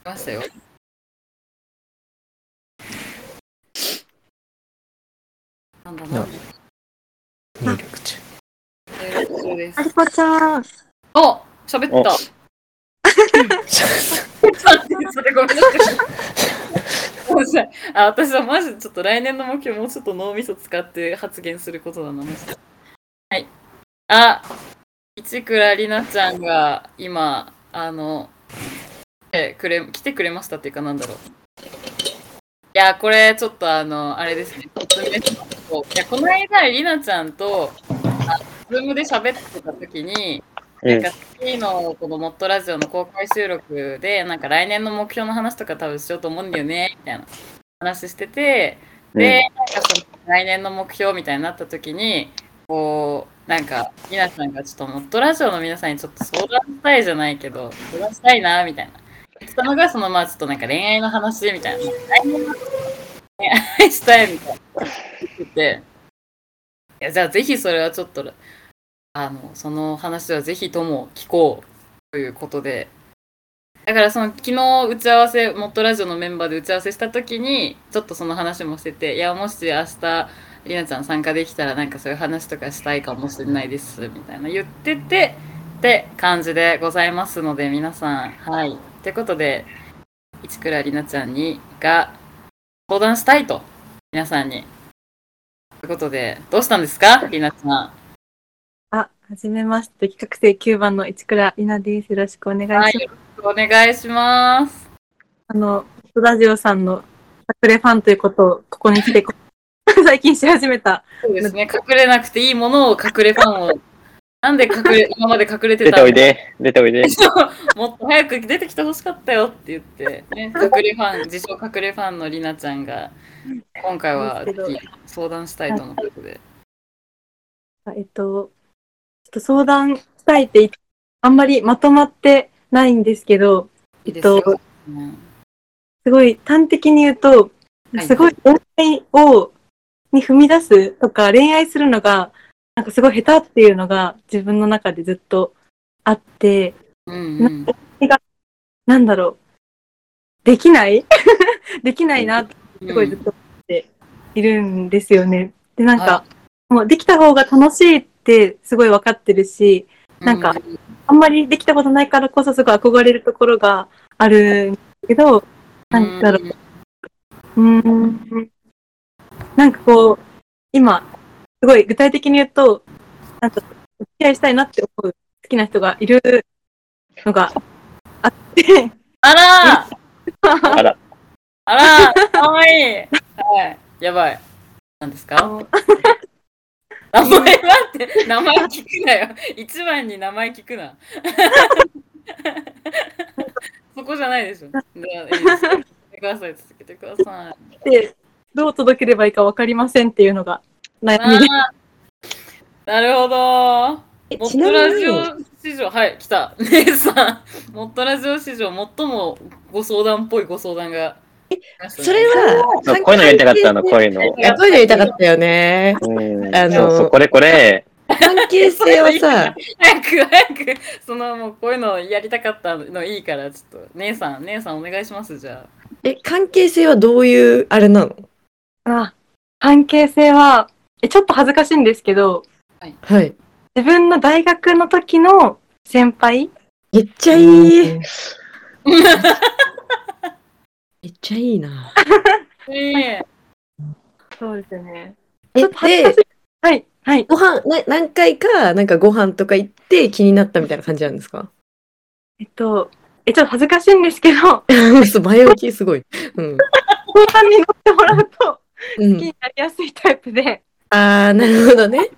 S1: ましたよ。なんだな
S4: な。入力中。
S1: えー途中です
S3: アルパちゃん。
S1: お、喋った。
S2: お
S1: それごめんなさい。ごめんなさいあ私はマジでちょっと来年の目標もうちょっと脳みそ使って発言することだな。マジであ、市倉里奈ちゃんが今、あの、来てくれ、来てくれましたっていうかなんだろう。いや、これちょっとあの、あれですね。突然ですけどいや、この間、里奈ちゃんと、あズームで喋ってた時に、
S2: う
S1: なん
S2: ん
S1: か。次のこのモットラジオの公開収録で、なんか来年の目標の話とか多分しようと思うんだよね、みたいな話してて、で、なんかその来年の目標みたいになった時に、こう、なんか、みなさんがちょっと、モットラジオの皆さんにちょっと相談したいじゃないけど、相談したいな、みたいな。言ってたのが、その、まあ、ちょっとなんか恋愛の話みたいな。来年の恋愛したいみたいな。言ってて、いや、じゃあぜひそれはちょっと、あの、その話はぜひとも聞こう、ということで。だからその昨日打ち合わせ、モットラジオのメンバーで打ち合わせした時に、ちょっとその話もしてて、いや、もし明日、りなちゃん参加できたらなんかそういう話とかしたいかもしれないですみたいな言っててって感じでございますので皆さんはいってことで市倉里奈ちゃんにが相談したいと皆さんにということでどうしたんですか里奈ちゃんは
S6: あ、はじめまして。企画生9番の市倉里奈です。よろしくお願いします。
S1: いよろしくお願いします
S6: あの、スタジオさんの隠れファンということを、ここに来て、こ 最近し始めた。
S1: そうですね隠れなくていいものを隠れファンを なんで隠 れ今まで隠れて
S2: 出
S1: た
S2: て
S1: の
S2: おいで、出てお いで。
S1: もっと早く出てきてほしかったよって言って、 ね、隠れファン、自称隠れファンのりなちゃんが、今回はぜひ相談したいとのことで。
S6: あえっと、ちょっと相談したいって言っあんまりまとまってないんですけど、
S1: いいですよ。
S6: えっと
S1: うん
S6: すごい端的に言うと
S1: は、い
S6: すごい恋愛を、に踏み出すとか、恋愛するのが、なんかすごい下手っていうのが自分の中でずっとあって、
S1: うんうん、
S6: なんだろう。できない できないなってすごいずっと思っているんですよね。で、なんか
S1: は、
S6: もうできた方が楽しいってすごい分かってるし、なんか
S1: う
S6: あんまりできたことないからこそすごい憧れるところがあるんだけど、なんだろう。うーん。なんかこう、今、すごい具体的に言うと、なんか、お付き合いしたいなって思う好きな人がいるのがあって、
S1: あらー
S2: あら、
S1: あらーかわいいはい。やばい。何です
S6: あ
S1: か
S6: の
S1: 名前待って、名前聞くなよ。一番に名前聞くな。 そこじゃないでしょ。ではいいですよ続けてください、続けてください。
S6: で、どう届ければいいか分かりませんっていうのが悩みで。
S1: あーなるほど
S5: え。
S1: モ
S5: ち
S1: ッ
S5: な
S1: トラ
S5: みに
S1: ジオ史上、はい、来た。姉さん、モットラジオ史上最もご相談っぽいご相談が。
S5: それは、
S2: そうこういうのやりたかったの、こういうの。
S5: いやこういうのやりたかったよね。
S2: うん、
S5: あの
S2: そうそう、これこれ。
S5: 関係性は さ、
S1: 早く早く、そのもうこういうのやりたかったのいいから、ちょっと、姉さん、姉さんお願いします、じゃあ。
S5: え、関係性はどういう、あれなの
S6: あ関係性は、えちょっと恥ずかしいんですけど、
S5: はい。
S6: 自分の大学の時の先輩
S5: めっちゃいい。めっちゃいいな。
S1: ね
S6: そうですね。ち
S5: え
S6: ょっと恥ずかしい。はい、はい。
S5: ご飯な何回かなんかご飯とか行って気になったみたいな感じなんですか
S6: えっと、え、ちょっと恥ずかしいんです けど、相
S5: そう前置きすごい。うん。
S6: 談に乗ってもらうと、
S5: う
S6: 好き
S5: ん、
S6: になりやすいタイプで、
S5: ああなるほどね。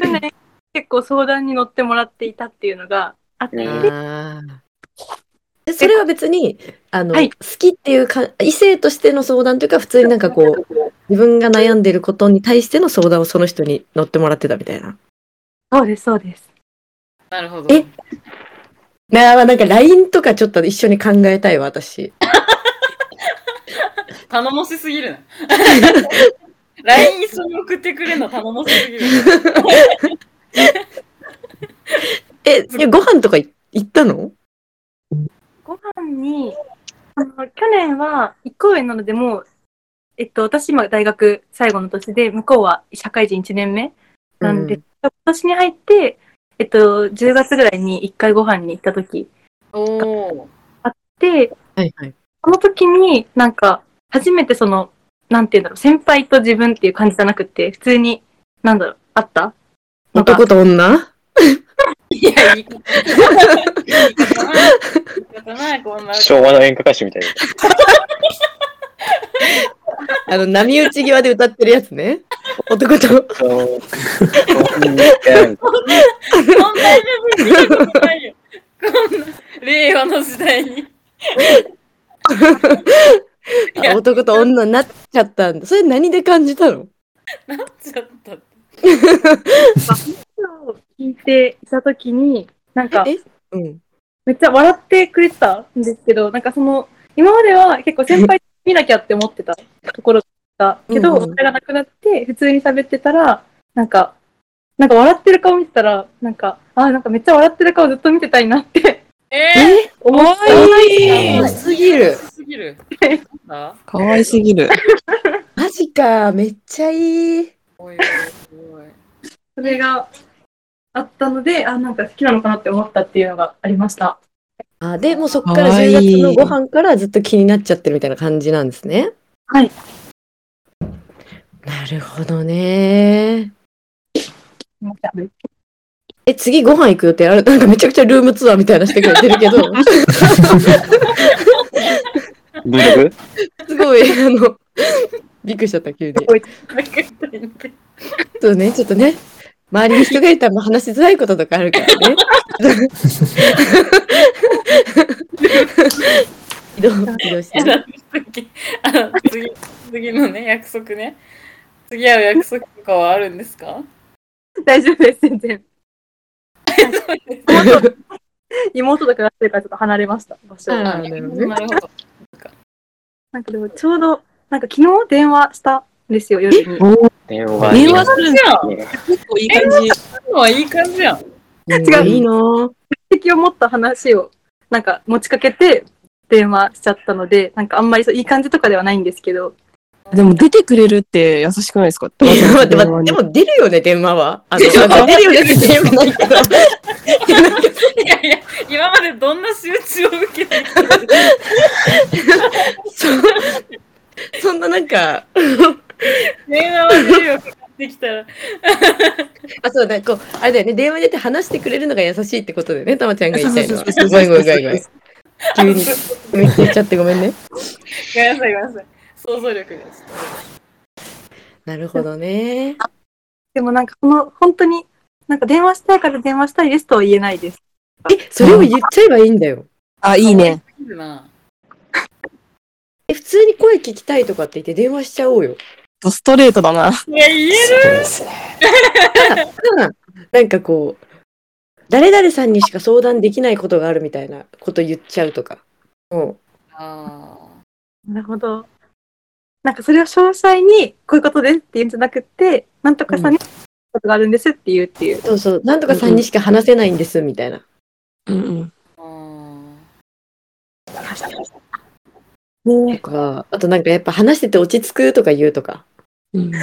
S6: 去年結構相談に乗ってもらっていたっていうのがあって、
S5: あーえそれは別にあの、
S6: はい
S5: 好きっていうか異性としての相談というか普通になんかこう自分が悩んでることに対しての相談をその人に乗ってもらってたみたいな。
S6: そうです、そうです。
S1: なるほど。
S5: えなあなんか LINE とかちょっと一緒に考えたいわ私。
S1: 頼もしすぎる な。LINE 一緒に送ってくれるの頼もしすぎる。
S5: えいやご飯とかい行ったの
S6: ご飯に、あの、去年は一公園なので、もう、えっと、私今大学最後の年で、向こうは社会人1年目なんで、
S5: うん
S6: 今年に入って、えっと、10月ぐらいに一回ご飯に行った時
S1: おー。
S6: で、
S5: はいはい。
S6: その時になんか、初めてその、なんて言うんだろう、先輩と自分っていう感じじゃなくて、普通に、なんだろう、あった
S5: 男と女
S1: いや、言い方言い方ない。言い方ない、こん な。
S2: 昭和の演歌歌手みたいな。
S5: あの、波打ち際で歌ってるやつね。 男と。
S2: そう。
S1: そんなに別にことないよ。こんな、令和の時代に。いや
S5: あ男と女になっちゃったんだ。それ何で感じたの
S1: なっちゃったって。
S6: を聞いていたときに、なんか、
S5: えうん。
S6: めっちゃ笑ってくれてたんですけど、なんかその、今までは結構先輩見なきゃって思ってたところだったけど、
S5: うんうん
S6: それがなくなって、普通に喋ってたら、なんか、なんか笑ってる顔見てたら、なんか、あーなんかめっちゃ笑ってる顔ずっと見てたいなって
S1: え
S6: 思った。
S5: 可愛すぎ
S1: ー、
S5: る。
S1: すぎる。なんだ
S3: かわいすぎる。
S5: マジか。めっちゃいい。
S1: おいおいおいおい。
S6: それがあったので、あーなんか好きなのかなって思ったっていうのがありました。
S5: あでもうそっから
S3: かわいい
S5: 10月のご飯からずっと気になっちゃってるみたいな感じなんですね。
S6: はい。
S5: なるほど ね。
S6: 思った
S5: え、次ご飯行く予定ある なんかめちゃくちゃルームツアーみたいなしてくれて るけど、
S2: ブログ
S5: すごい、あの、びっくりしちゃった、急に。ちょっとね、ちょっとね、周りに人がいたらもう話しづらいこととかある からね。 移動、移 動して、ね。
S1: 次あの次次のね約束ね次会う約束とかはあるんですか
S6: 大丈夫です、全 然。妹とかがしてるからちょっと離れました、場所を。
S5: はい
S1: な
S5: な
S1: る
S5: る
S1: ほど
S5: ほど
S6: なんかでもちょうど、なんか昨日電話したんですよ、夜に。
S2: 電話
S3: 電話する
S1: じゃん
S3: 結構いい感じ。
S1: 今のはいい感じやん
S5: 違
S6: う
S5: いいなぁ
S6: 敵を持った話を、なんか持ちかけて電話しちゃったので、なんかあんまりそういい感じとかではないんですけど、
S3: でも出てくれるって優しくないですか
S5: いや待って待って、でも出るよね、電話は。あの、なんか出るよねって言ってよくないけど。
S1: いやいや今までどんな集中を受けてきたの
S5: そそんななんか、
S1: 電話は自由をかかってきたら
S5: あ、そうだ、こう、あれだよね、電話出て話してくれるのが優しいってことだよね、たまちゃんが言いたいのは。
S3: そうそうそう
S5: ごめ
S3: そう
S5: んごめんごめんごめん。急に、言っちゃってごめんね。
S1: ごめんなさいごめんなさい想像力です
S5: なるほどね。
S6: でもなんかこの、本当に、なんか電話したいから電話したいですとは言えないです。
S5: え、それを言っちゃえばいいんだよ。
S3: あ、いいね。
S1: いいな
S5: え、普通に声聞きたいとかって言って電話しちゃおうよ。
S3: ストレートだな。
S1: いや言える
S4: ですね。
S5: ただなんかこう、誰々さんにしか相談できないことがあるみたいなこと言っちゃうとか。うん。
S1: あ
S6: なるほど。なんかそれを詳細に、こういうことですって言うんじゃなくて、なんとかさんに、ことがあるんですって言うっていう。
S5: そうそう、なんとかさんにしか話せないんです、みたいな。
S3: うんうん。
S1: ーあ
S5: とか、あとなんかやっぱ話してて落ち着くとか言うとか。
S3: うん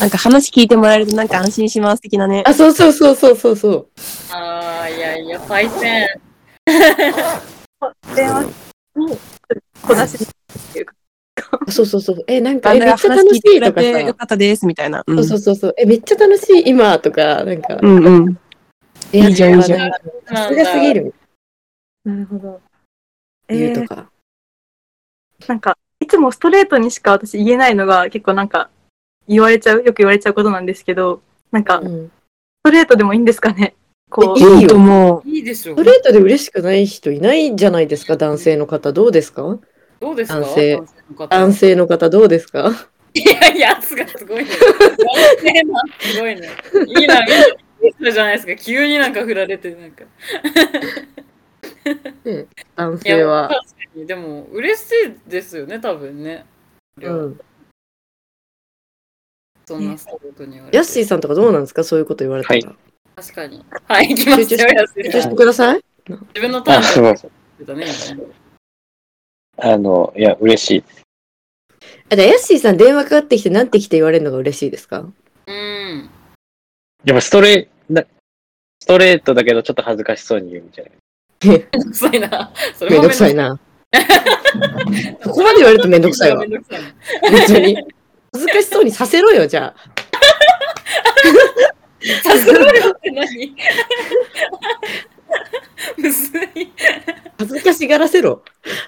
S3: なんか話聞いてもらえるとなんか安心します的なね。
S5: あ、そうそうそうそうそうそう。
S1: ーあーいやいや最善
S6: 電話に、こなしに
S5: あそうそうそう。え、なんか、
S3: あ
S5: え、
S3: な
S5: め
S3: ん
S5: っ
S3: か
S5: ちゃ
S3: 話
S5: 楽
S3: 聞
S5: し
S3: いてく
S5: い
S3: れ
S5: とか
S3: てよ
S5: さ。
S3: かったですみたいな。うん
S5: そうそうそうそう。え、めっちゃ楽しい今とか、なんか。
S3: うんうん。
S5: えや
S3: いいじゃん
S5: こ
S3: いい
S5: れ
S3: じ
S5: は
S3: ゃ
S5: なんか
S1: な
S5: さす
S1: ん
S5: が
S1: だ
S5: すぎる。
S6: なるほど。
S5: 言う
S6: え
S5: と
S6: ー
S5: か。
S6: なんか、いつもストレートにしか私言えないのが結構なんか、言われちゃう、よく言われちゃうことなんですけど、なんか、ス
S5: うん
S6: トレートでもいいんですかねこ
S5: え
S6: う、
S5: いい
S3: と
S5: よ。
S3: も
S1: いいでしょ
S5: ストレートで嬉しくない人いないじゃないですか、男性の方。どうですか
S1: どうですか
S5: 男性
S1: の方
S5: 男性の方どうですか
S1: いやいや、圧がすごいね。男性の圧すごいね。いいな、みんないい人じゃないですか。急になんか振られて、なんか。い
S5: 男性は。
S1: 確かに。でも、嬉しいですよね、多分ね。
S5: うん。
S1: そんなストレートに言われ
S5: ヤッ
S1: て。
S5: シーさんとかどうなんですかそういうこと言われたら。
S2: は
S1: 確かに。はい、行きますよ、安井
S5: ち
S1: さ
S5: ょ
S1: ん
S5: っとしてください。
S1: 自分のターン
S2: あ、
S1: だ
S2: すごい。
S1: ったね。今
S2: あの、いや、嬉しい。
S5: あ、じゃあヤッシーさん電話かかってきて、なんて来て言われるのが嬉しいですか
S1: うん。
S2: やっぱストレなストレートだけど、ちょっと恥ずかしそうに言うみたいな。
S1: めんどくさいな。それ
S5: めん
S1: も
S5: どくさいな。ここまで言われるとめんどくさいわ
S1: めん。どくさいな。
S5: 別に。恥ずかしそうにさせろよ、じゃあ。
S1: サスペロって何 むずい。
S5: 恥ずかしがらせろ。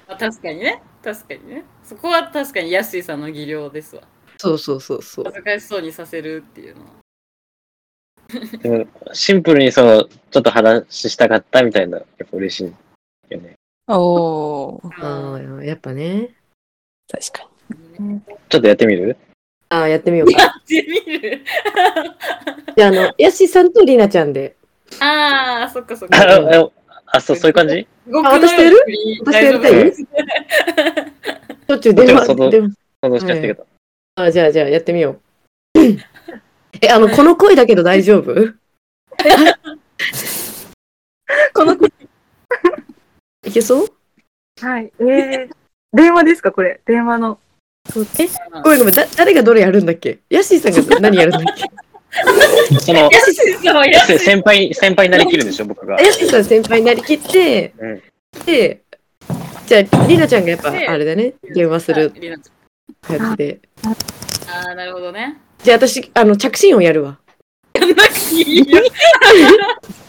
S1: あ確かにね。確かにね。そこは確かにヤッシーさんの技量ですわ。
S5: そうそうそうそう。
S1: 恥ずかしそうにさせるっていうのは。
S2: でもシンプルにその、ちょっと話したかったみたいな、やっぱ嬉しいよね。
S3: おー、
S5: ああ、やっぱね。
S3: 確かに。
S2: ちょっとやってみる
S5: ああ、やってみよう
S1: や
S5: か。
S1: ってみる
S5: じゃあ、あの、ヤシさんとリナちゃんで。
S1: ああ、そっかそっ
S2: あ
S1: か。
S2: ああ、そう、そういう感じ
S1: 動
S5: あ私とやる私とやりたい
S1: 大丈
S5: しょっちゅう電
S2: ちょっと
S5: 話。電話
S2: 想像しちゃってけど。
S5: ああ、じゃあ、じゃあ、やってみよう。 え、あの、この声だけど大丈 夫
S6: この、
S5: いけそう
S6: はい。えー、電話ですかこれ。電話の。
S5: え、
S1: 夫
S5: ごめんごめん。だ誰がどれやるんだっけヤシーさんが何やるんだっけ
S2: その、
S1: ヤッシーさんはヤッシ
S2: せ先輩、先輩になりきるんでしょ、僕が
S5: あ。ヤシーさん先輩になりきって、
S2: うん
S5: で、じゃあ、リナちゃんがやっぱ、あれだね。
S1: ー
S5: 電話する
S1: ありなち
S5: やつで。
S1: ゃんあー、なるほど ね。
S5: じゃあ、私、あの、着信音やるわ。
S1: いいよ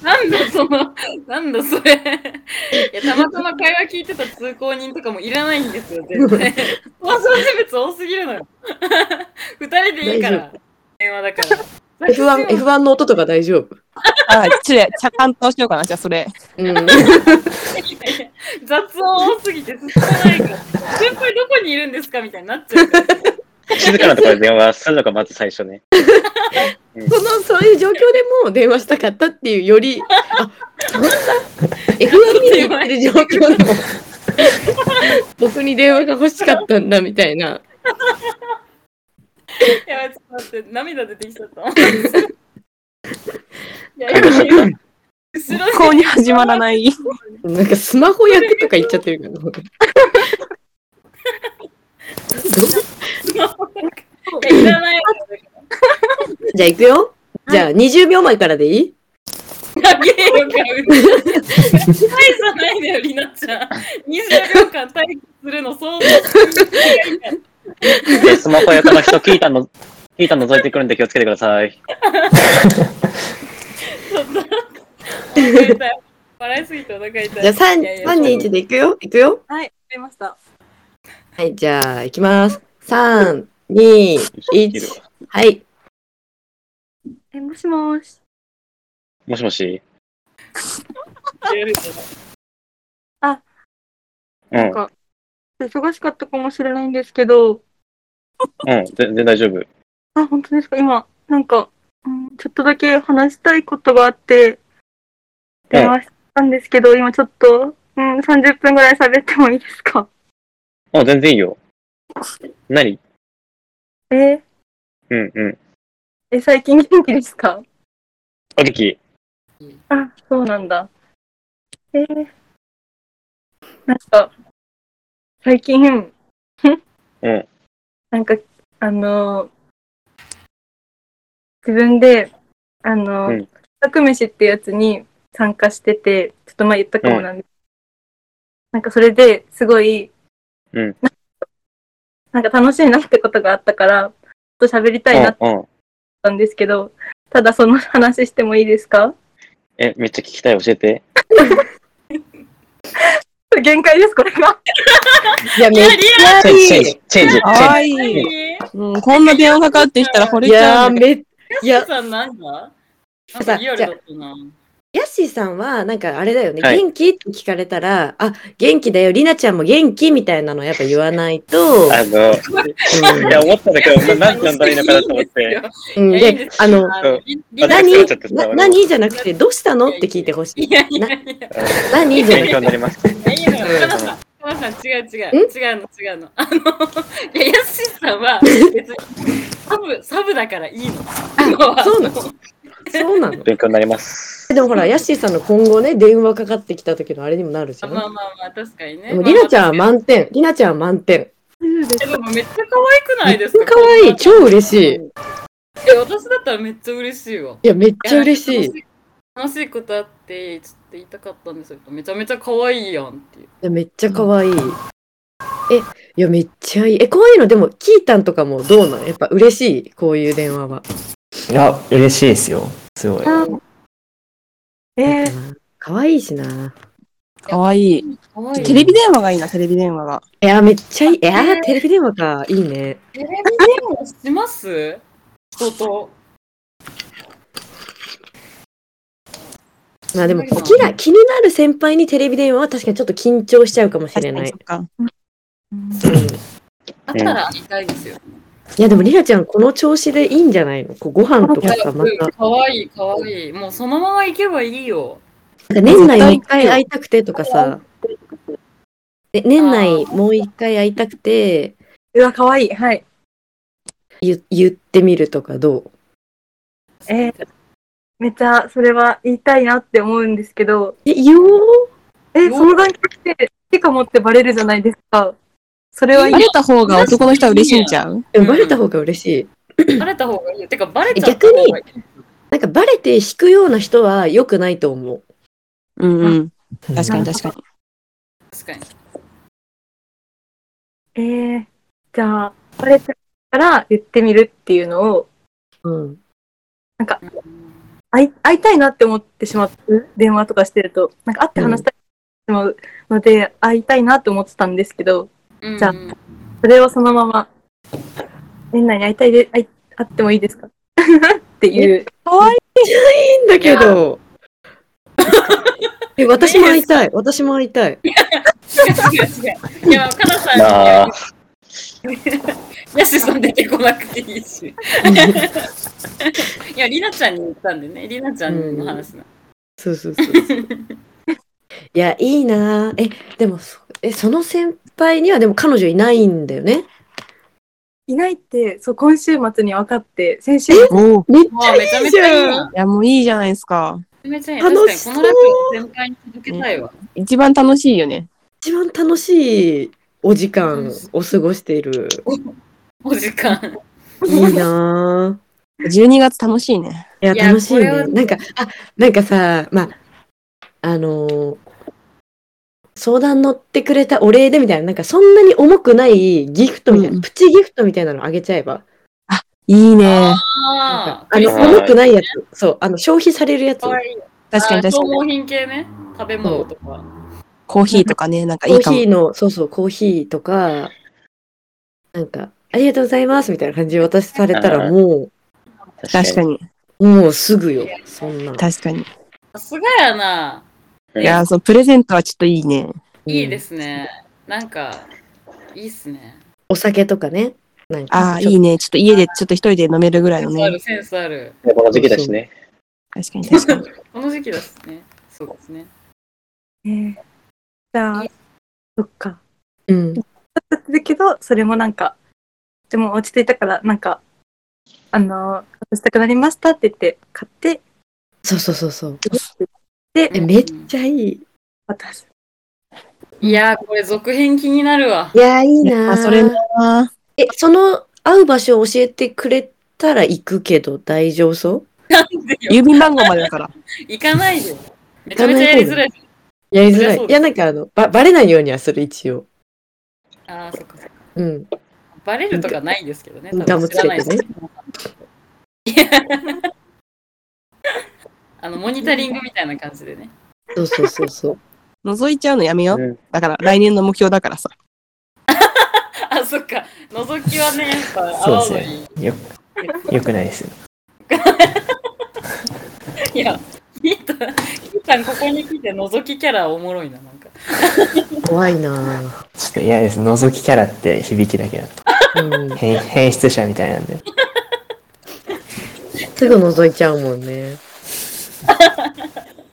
S1: なんだその、なんだそれ。いや、たまたま会話聞いてた通行人とかもいらないんですよ、全然。放送人物多すぎるのよ。二人でいいから。電話だから。
S5: F1、F1 の音とか大丈夫。
S3: あ、ちれ、ちゃかんとしようかな、じゃあそ れ。
S5: うん。
S1: 雑音多すぎて進まないから。先輩どこにいるんですかみたいになっちゃうから。
S2: 静かなところで電話するのがまず最初ね。
S5: その、そういう状況でも電話したかったっていうより、あ、F1 見に行ってる状況でも、僕に電話が欲しかったんだみたいな。
S1: やばい、ちょっと待って、涙出てきちゃ った。いや、やばいよ後ろに
S3: こうに始まらない。
S5: なんかスマホ役とか言っちゃってるから。
S1: いやいらない。
S5: じゃあ行くよ。じゃあ20秒前からでいい
S1: 投げようか、うつ。大差ないのよ、りなちゃん。20秒間待機するの想像する。
S2: で、スマホやから人聞いたの、聞いたの覗いてくるんで気をつけてください。
S1: お腹痛い笑いすぎてお腹痛い。
S5: じゃあ
S1: いやい
S5: 3、
S1: や
S5: 三2、1で行くよ。行くよ。
S6: はい。わかりました。
S5: はい、じゃあ行きます。3、2、1。はい。
S6: え、もしもーし。
S2: もしもし。
S6: あ。
S2: うん、
S6: 忙しかったかもしれないんですけど、
S2: うん、全然大丈夫。
S6: あ、本当ですか今、なんか、うん、ちょっとだけ話したいことがあって、電話したんですけど、今ちょっと、うん、30分ぐらい喋ってもいいですか
S2: あ、全然いいよ。何
S6: えー
S2: うんうん。
S6: え、最近元気ですか
S2: お元気
S6: あ、そうなんだ。えー、なんか、最近、
S2: うん
S6: なんか、あのー自分で、あのー
S2: うん
S6: 企画飯ってやつに参加してて、ちょっと前言ったかもなんです、なんかそれですごい、
S2: うん
S6: ななんか楽しいなってことがあったから、ちょっと喋りたいなって
S2: うんうん。
S6: 思ったんですけど、ただその話してもいいですか
S2: え、めっちゃ聞きたい、教えて。
S6: 限界です、これが。
S5: いや、めっちゃ
S2: チ
S5: い
S2: ェンジ、チェン
S5: い。
S2: ジ、チェンジ、チ
S3: か
S2: ェン
S3: わいい。
S1: 何
S3: うん、こんな電話かかってきたら惚れ
S5: い
S3: ち
S5: や
S3: ゃう
S5: ー、
S3: んだ
S5: めっいや、
S1: さんなんだなん
S5: さ
S1: か
S5: あ
S1: リアルだったな。
S5: ヤッシーさんは、なんかあれだよね、
S2: はい
S5: 元気って聞かれたら、あ、元気だよ、りなちゃんも元気みたいなのやっぱ言わないと、
S2: ジ。あの、いや、思ったんだけど、ななんて呼んだらいいのかなと思 って。
S5: うん、
S1: いやいい
S5: で
S1: で、す
S5: あの、
S2: うん
S1: りり
S2: あ
S5: 何
S2: 疲れちゃった
S5: な何じゃなくて、どうしたのって聞いてほしい。
S1: いやいやいや。
S5: 何じゃ
S2: 勉強
S5: なくて。
S2: になります。
S1: いやいや、かなさん、かなさん、違う違う、違うの、違うの。あの、いや、やすしさんは、別に、サブ、サブだからいいの。あ
S5: そうなのそうなの。
S2: 勉強になります。
S5: でもほら、ヤッシーさんの今後ね、電話かかってきた時のあれにもなるじゃ
S1: まあまあ
S5: ん。
S1: まあ、確かにね。
S5: でも、りなちゃんは
S1: まあ
S5: 満点。りなちゃんは満点。
S1: でもめっちゃ可愛くないですか
S5: かわいい。超嬉しい。い
S1: え、私だったらめっちゃ嬉しいわ。
S5: や、めっちゃ嬉しい。い
S1: や。楽しいことあって、ちょっと言いたかったんですよ。めちゃめちゃ可愛いやんっていう。
S5: や、めっちゃかわいい。え、いや、めっちゃいい。え、こういうのでも、キータンとかもどうなのやっぱ嬉しい。こういう電話は。
S4: いや、嬉しいですよ。すごい。
S6: え
S5: 可愛いしな。
S3: かわいい。
S1: かわいい
S3: テレビ電話がいいな、テレビ電話が。
S5: いや、めっちゃいい。いや、テレビ電話か。いいね。
S1: テレビ電話します人と。
S5: まあでも、好きな、気になる先輩にテレビ電話は確かにちょっと緊張しちゃうかもしれ
S3: 確か
S5: な
S3: に
S5: い
S3: そっ。か。
S5: うん
S1: あったら会いたいですよ。
S5: いや、でもリラちゃん、この調子でいいんじゃないのこうご飯とかさ、また、
S1: かわいい、かわいい。もうそのまま行けばいいよ。
S5: なんか年内もう一回会いたくてとかさ、ね年内もう一回会いたくて
S6: うわ、かわいい。はい。
S5: 言言ってみるとかどう
S6: えーめっちゃ、それは言いたいなって思うんですけど、
S5: え、言おう
S6: え、
S1: お
S6: その段階で手かもってバレるじゃないですか。それは
S3: バレた方が男の人は嬉しいんちゃう
S5: でもバレた方が嬉しい。
S1: バレた方がいいよ。てか、バレちゃった方がいい。
S5: なんかバレて引くような人は良くないと思う。
S3: うんうん。確かに
S6: うん
S3: 確かに。
S1: 確かに。
S6: えー、じゃあ、バレたから言ってみるっていうのを、
S5: うん。
S6: 会い会いたいなって思ってしまって、電話とかしてると、なんか会って話したいって思ってしまうので、会いたいなって思ってたんですけど、
S1: うん
S6: じゃあそれをそのまま、年内に会いたいで、会い会ってもいいですか ってい
S5: い
S6: う。
S5: いんだけ ど。え、私も会いたい。私も会いた い。
S1: 違う違う違う いや、かなさん、
S2: まあ、
S1: ヤシさん出てこなくていいし。いや、りなちゃんに言ったんでね、りなちゃんの話な。
S5: そうそうそうそう。 いや、いいなぁえ、でもそ、え、その先輩にはでも彼女いないんだよね。
S6: いないって、そう、今週末に分かって、先週
S3: おお。
S5: めっ
S1: わあめちゃめちゃいいわ。
S3: いや、もういいじゃないですか。
S1: めちゃめちゃいい。確
S5: 楽
S1: か
S5: し
S1: に、こ
S5: そ
S1: の
S5: う
S1: ラジオ全開に続けたいわ。
S3: 一番楽しいよね。
S5: 一番楽しいお時間を過ごしている。
S1: お時間。
S5: いいなぁ
S3: 12月楽しいね。
S5: いや、
S1: いや
S5: 楽しい
S1: こ
S5: ね。
S1: れは
S5: なんか、あ、なんかさ、まあ、あのー相談乗ってくれたお礼でみたいな、なんかそんなに重くないギフトみたいな、
S3: うん
S5: プチギフトみたいなのあげちゃえば。
S3: いいね。
S5: なん
S1: あ
S5: か
S1: あ、
S5: あの、
S2: クリスマス
S5: 重くないやつ。そう、あの、消費されるやつ。
S1: かわいい。
S3: 確かに
S1: あ
S3: 確か
S1: 消
S3: に。
S1: 耗品系ね。食べ物とか。
S3: コーヒーとかね、なんかい
S5: コ
S3: い
S5: ー
S3: かも
S5: ヒー。の、そうそう、コーヒーとか、なんか、ありがとうございますみたいな感じで渡されたら
S2: うん
S5: も
S3: 確かに。
S5: う、もうすぐよ。そんな。。
S3: 確かに。
S1: さすがやな。
S2: うん
S3: いや、そう、プレゼントはちょっといいね。
S1: いいですすね。なんか、いいっすね。
S5: お酒とかね。なんか
S3: ああ、いいね。ちょっと家でちょっと一人で飲めるぐらいの
S1: センスあ
S3: ね
S1: る、。センスある。
S2: でこの時期だしね。
S3: 確かに確かに。
S1: この時期だしね。そうですね。
S6: えーじゃあ、そっか。
S5: うん。
S6: だったけど、それもなんか、でも落ち着いたから、なんか、あの、渡したくなりましたって言って、買って、
S5: そうそうそうそう。
S6: で
S5: え、、めっちゃいい。
S6: 渡す。
S1: いやー、これ続編気になるわ。
S5: いや、いいな
S3: ま
S5: ぁ
S3: あ、それな。
S5: え、その、会う場所を教えてくれたら行くけど大丈夫そ
S3: 郵便番号までだから。
S1: 行かないで。めちゃめちゃやりづらい。
S5: うやりづら
S1: そりゃそう
S5: い。
S1: です
S5: いや、なんかあの、ば、ばれないようにはする、一応。
S1: ああ、そっかそっか。
S5: うん。
S1: バレるとかないですけどね。
S5: うん
S1: 多分知らないです
S5: ガムつ。
S1: いや あの、モニタリングみたいな感じでね。
S5: そうそうそうそう。
S3: 覗いちゃうのやめよ
S2: う。
S3: うんだから、来年の目標だからさ。
S1: あ、そっか。覗きはね、やっぱ、泡
S4: そう
S1: の
S4: で
S1: に。
S4: よ、よくないです。
S1: いや、キータン、キータンここに来て覗きキャラおもろいな、なんか。
S5: 怖いな
S4: ちょっと嫌です。覗きキャラって響きだけだと。
S5: ぁ。うん。
S4: 変変質者みたいなんで。
S5: すぐ覗いちゃうもんね。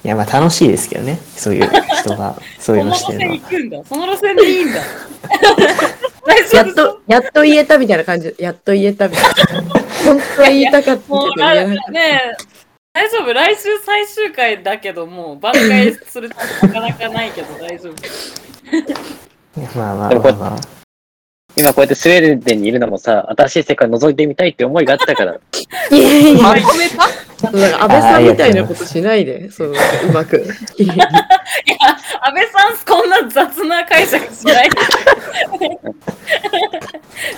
S4: いや、まあ楽しいですけどね。そういう人が、そういう
S1: この
S4: の
S1: 路
S4: してる
S1: 線
S4: の
S1: 行
S4: は。
S1: くんだ。その路線でいいんだ。大丈
S5: や
S1: 夫
S5: っ と、やっと言えたみたいな感じ。やっと言えたみたいな。本当は言いたかったけ
S1: も
S5: ど
S1: う、
S5: 言え
S1: ね
S5: なかっ
S1: え、大丈夫。来週最終回だけど、もう挽回するとなかなかないけど、大丈夫。
S4: いやまあまあ
S2: でもこ
S4: ま
S2: う
S4: あまあ。
S2: 今こうやってスウェーデンにいるのもさ、新しい世界覗いてみたいって思いがあったから、
S5: た。いやいやいや、
S3: まとめた
S5: なんか安倍さんみたいなことしないで、そう、うま く。
S1: 安倍さん、こんな雑な解釈しない。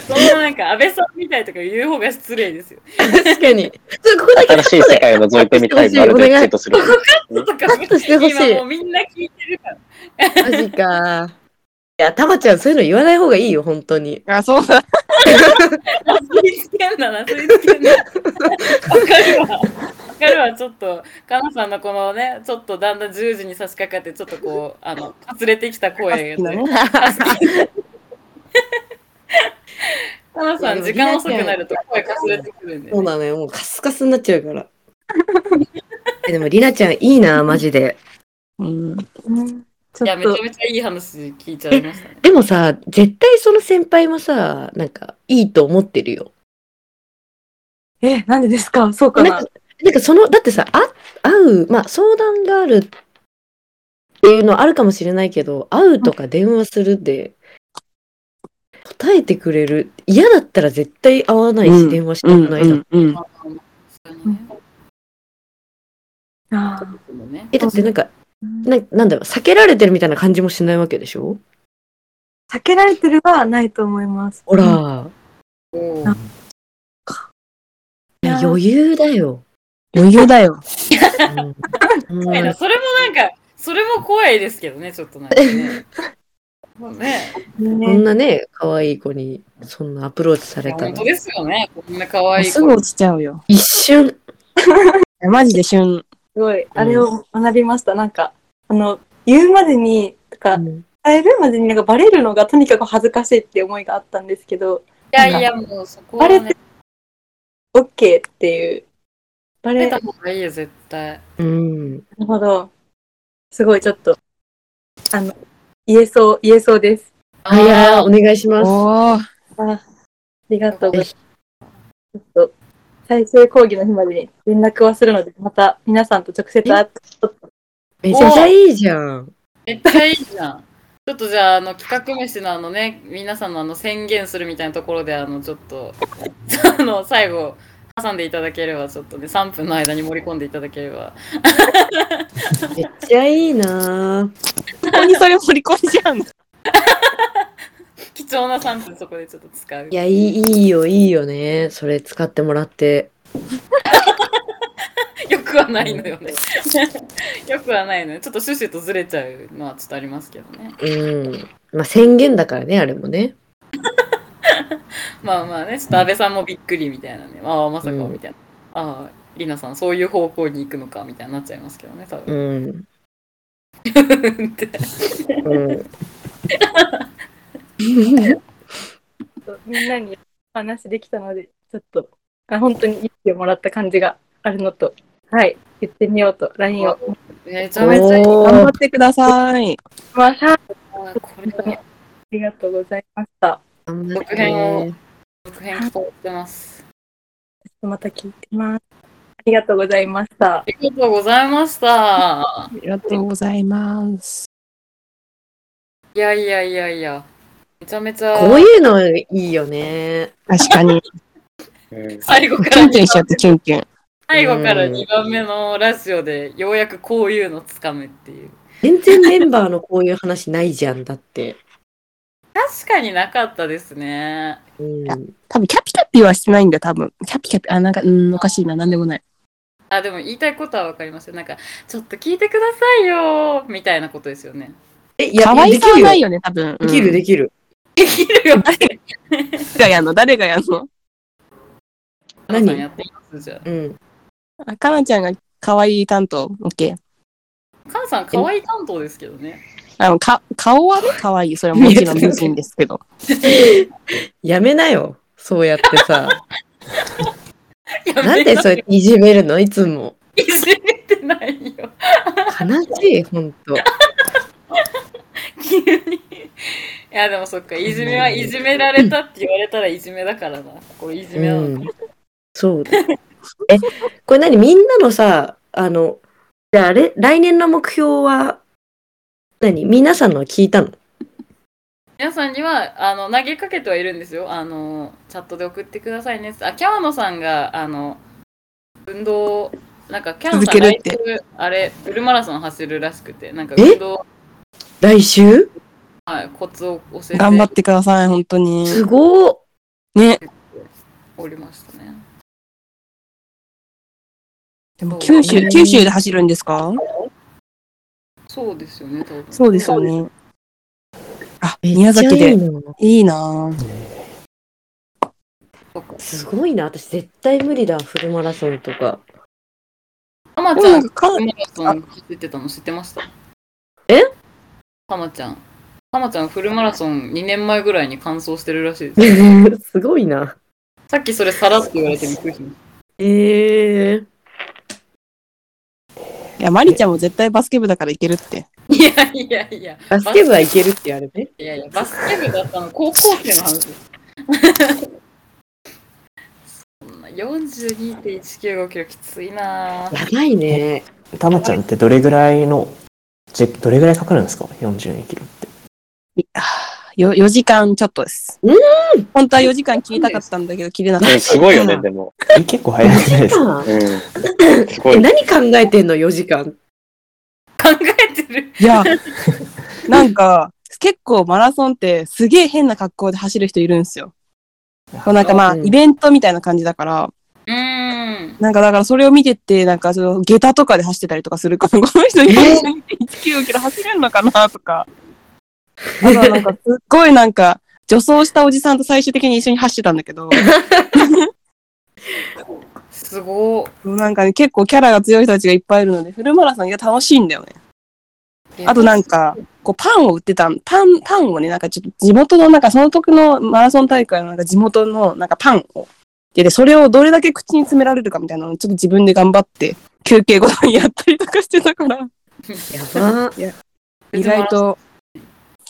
S1: そんななんかか安倍さんみたいとか言う方が失礼ですよ。
S5: 確かに。そうここだけ
S2: 新しい世界を覗いてみたいまるでツイートする。
S1: とか
S5: カットしてほし
S1: 今もう
S5: い。
S1: みんな聞いてるから。
S5: マジか。いや、たまちゃん、そういうの言わない方がいいよ、本当に。
S3: あ、そうだ。
S1: なすりつけんな、なすりつけんな。わかるわ。わかるわ、ちょっと、かなさんのこのね、ちょっとだんだん10時に差し掛かって、ちょっとこう、あの、かつれてきた声
S3: 好き
S1: が
S3: な
S1: ね。
S3: ね
S1: かなさん、時間遅くなると声かすれてくるんで
S5: そ。うなのよ、もうカスカスになっちゃうから。 えでも、りなちゃん、いいな、マジで。
S3: うん。
S6: うんち
S1: い
S6: ょ
S1: や、
S6: っ
S1: めち
S6: と
S1: ゃめちゃいい話聞いちゃいましたね。
S5: でもさ、絶対その先輩もさ、なんか、いいと思ってるよ。
S6: えなんでですかそうか
S5: なん
S6: な
S5: か、なんかその、だってさ、あ会う、まあ、相談があるっていうのあるかもしれないけど、会うとか電話するで、答えてくれる。嫌だったら絶対会わないし、電話して
S3: う
S5: も
S3: ん
S5: ないだろう
S3: うんうん。
S1: 確かにね
S6: あ
S1: 家族もね
S5: え、だってなんか、
S6: ー
S5: ななんだろう、避けられてるみたいな感じもしないわけでしょ
S6: 避けられてるはないと思います
S5: ほら、
S6: うん
S1: おう
S5: いや
S6: いや
S5: 余裕だよ。
S3: 余裕だよ。
S5: うん
S1: 怖いなそれもなんか、それも怖いですけどね、ちょっとなんかね。もうね、
S5: こ
S6: ね
S5: んなね、可愛い子に、そんなアプローチされた
S1: 本
S5: ら
S1: 当、ですよね。こんな可愛い
S3: す
S1: 子
S3: ぐ落ちちゃうよ。
S5: 一瞬、
S3: いやマジで旬。
S6: すごいあれを学びましたなんかあの言うまでにとか伝えるまでになんかバレるのがとにかく恥ずかしいって思いがあったんですけど
S1: いやいや、もうそこは、
S6: バレ
S1: ね
S6: て、OK っていうバ
S1: 出
S6: レ
S1: た方がいいよ、絶対。
S5: うん、
S6: なるほど。すごい、ちょっと、あの、言えそう、言えそうです。
S5: あいやー、お願いします。
S3: おー。
S6: あありがとうござい
S5: ぜ
S6: ます。
S5: ひ
S6: ちょっと、再生講義の日までに連絡はするので、また皆さんと直接会って、
S5: めちゃめちゃいいじゃん。
S1: めっちゃいいじゃん。ちょっとじゃあ、あの、企画飯のあのね、皆さんのあの、宣言するみたいなところで、あの、ちょっと、 あの、最後、挟んでいただければ、ちょっとね、3分の間に盛り込んでいただければ。
S5: めっちゃいいなー
S3: ここにそれ盛り込んじゃうんだ。
S1: 貴重な3分、そこでちょっと使う。
S5: いや、いい、いいよ、いいよね。それ使ってもらって。
S1: よくはないのよね。 よくはないのよ。ちょっとシュシュとずれちゃうのはちょっとありますけどね。
S5: うん。まあ、宣言だからね、あれもね。
S1: まあまあね、ちょっと安倍さんもびっくりみたいなね。ああ、まさか
S5: うん
S1: みたいな。ああ、りなさん、そういう方向に行くのかみたいになっちゃいますけどね、多
S5: う
S1: 分。
S5: ん。
S1: って
S5: うん。
S6: みんなにお話できたので、ちょっと、あ本当に勇気をもらった感じがあるのと、はい、言ってみようと、LINE を。
S1: めちゃめちゃいいな。
S5: お
S3: 頑張
S5: ー
S3: ってください。
S6: まあ、あ
S1: これは
S6: りがとうございました。
S5: 頑張っ
S1: 続
S5: て
S1: 編を
S5: ね。
S1: 続編聞こえてます。
S6: また聞いてます。ありがとうございました
S1: あ。りがとうございました。
S3: ありがとうございます。
S1: いやいやいやいや。めちゃめちゃ。
S5: こういうのいいよね。
S3: 確かに。
S2: うん
S1: 最後か
S3: キュ
S1: ら
S3: ンキュンしちゃって、キュンキュン。
S1: 最後から2番目のラジオでようやくこういうのつかむっていう。
S5: 全然メンバーのこういう話ないじゃん、だって。
S1: 確かになかったですね。
S5: うん。
S3: 多分、キャピキャピはしてないんだよ、多分。キャピキャピ、あ、なんか、うん、おかしいな、なんでもない。
S1: あ、でも言いたいことはわかりますよ。なんか、ちょっと聞いてくださいよみたいなことですよね。
S5: え、い
S3: 可愛
S5: で
S3: さは
S5: き
S3: な
S5: る
S3: い
S5: よ。
S3: よね、多分。
S5: できる、
S3: で。
S5: できる。
S1: できるよって。
S3: 誰がやんの誰がやんの
S5: 何
S1: さんやってみますじゃ
S5: うん。
S3: あ、かなちゃんが可愛い担当。オッケー。
S1: あ。カンさん、可愛い担当ですけどね。
S3: あの、か、顔はね、可愛い。それはもちろん美人ですけど。
S5: やめなよ。そうやってさ。
S1: いや
S5: なんでそうやっていじめるのいつも。
S1: いじめてないよ。
S5: 悲しい、ほんと。
S1: 急に。いや、でもそっか、いじめはいじめられたって言われたらいじめだからな。これいじめなの、
S5: うん。そう。 え、これ何みんなのさ、あの、じゃああれ、来年の目標は、何皆さんの聞いたの
S1: 皆さんには、あの、投げかけてはいるんですよ。あの、チャットで送ってくださいね。あ、キャワノさんが、あの、運動、なんか、キャワノさん
S3: 続けるって
S1: 来週あれ、フルマラソン走るらしくて、なんか、
S5: え
S1: 運動、
S5: 来週
S1: はい、コツを教えて。
S3: 頑張ってください、本当に。
S5: すごー
S3: ね、
S1: おりましたね。
S3: でも九州、九州で走るんですか
S1: そうですよね、多分。
S3: そうですよね。あ、
S5: めっちゃ
S3: 宮崎
S5: いい
S3: で。
S5: ない
S3: いなぁ
S1: そっか
S5: すごいな。私絶対無理だ。フルマラソンとか。
S1: たまちゃ
S3: なん
S1: ん、
S3: かか
S1: マラソン走ってたの知ってました
S5: え
S1: たまちゃん。たまちゃん、フルマラソン2年前ぐらいに完走してるらしいです。
S5: すごいな。
S1: さっきそれさらって言われてびっくりしまし
S5: ええ
S3: いや、マリちゃんも絶対バスケ部だからいけるって。
S1: た。いやいやいや、
S5: バスケ部はいけるってあれね。
S1: いやいや、バスケ部だったの、高校生の話です。そんな42.195キロきついなぁ。
S5: やばいね。
S4: たまちゃんってどれぐらいの、じどれぐらいかかるんですか ?42 キロって。
S3: よ、4時間ちょっとです。
S5: う
S3: 本当は4時間切りたかったんだけど、切れなかっ
S2: うん
S3: た。
S2: すごいよね、でも。
S4: え結構早いじゃない ですか。
S2: うん。すご
S5: え、
S2: い。
S5: 何考えてんの ?4 時間。
S1: 考えてる。
S3: いや、なんか、結構マラソンってすげえ変な格好で走る人いるんですよ。こうなんかまあ、
S5: うん
S3: イベントみたいな感じだから、
S1: うーん。
S3: なんかだからそれを見てって、なんかその下駄とかで走ってたりとかするから、この人42.195キロ走れるのかなとか。あとはなんかすっごいなんか、女装したおじさんと最終的に一緒に走ってたんだけど、
S1: すご
S3: なんかね、結構キャラが強い人たちがいっぱいいるので、フルマラソンが楽しいんだよね。
S1: い。
S3: あとなんか、こうパンを売ってたん、パン、パンをね、なんかちょっと地元の、なんかその時のマラソン大会のなんか地元のなんかパンを、で、でそれをどれだけ口に詰められるかみたいなのをちょっと自分で頑張って、休憩ごとにやったりとかしてたから、
S5: やば。
S3: 意外と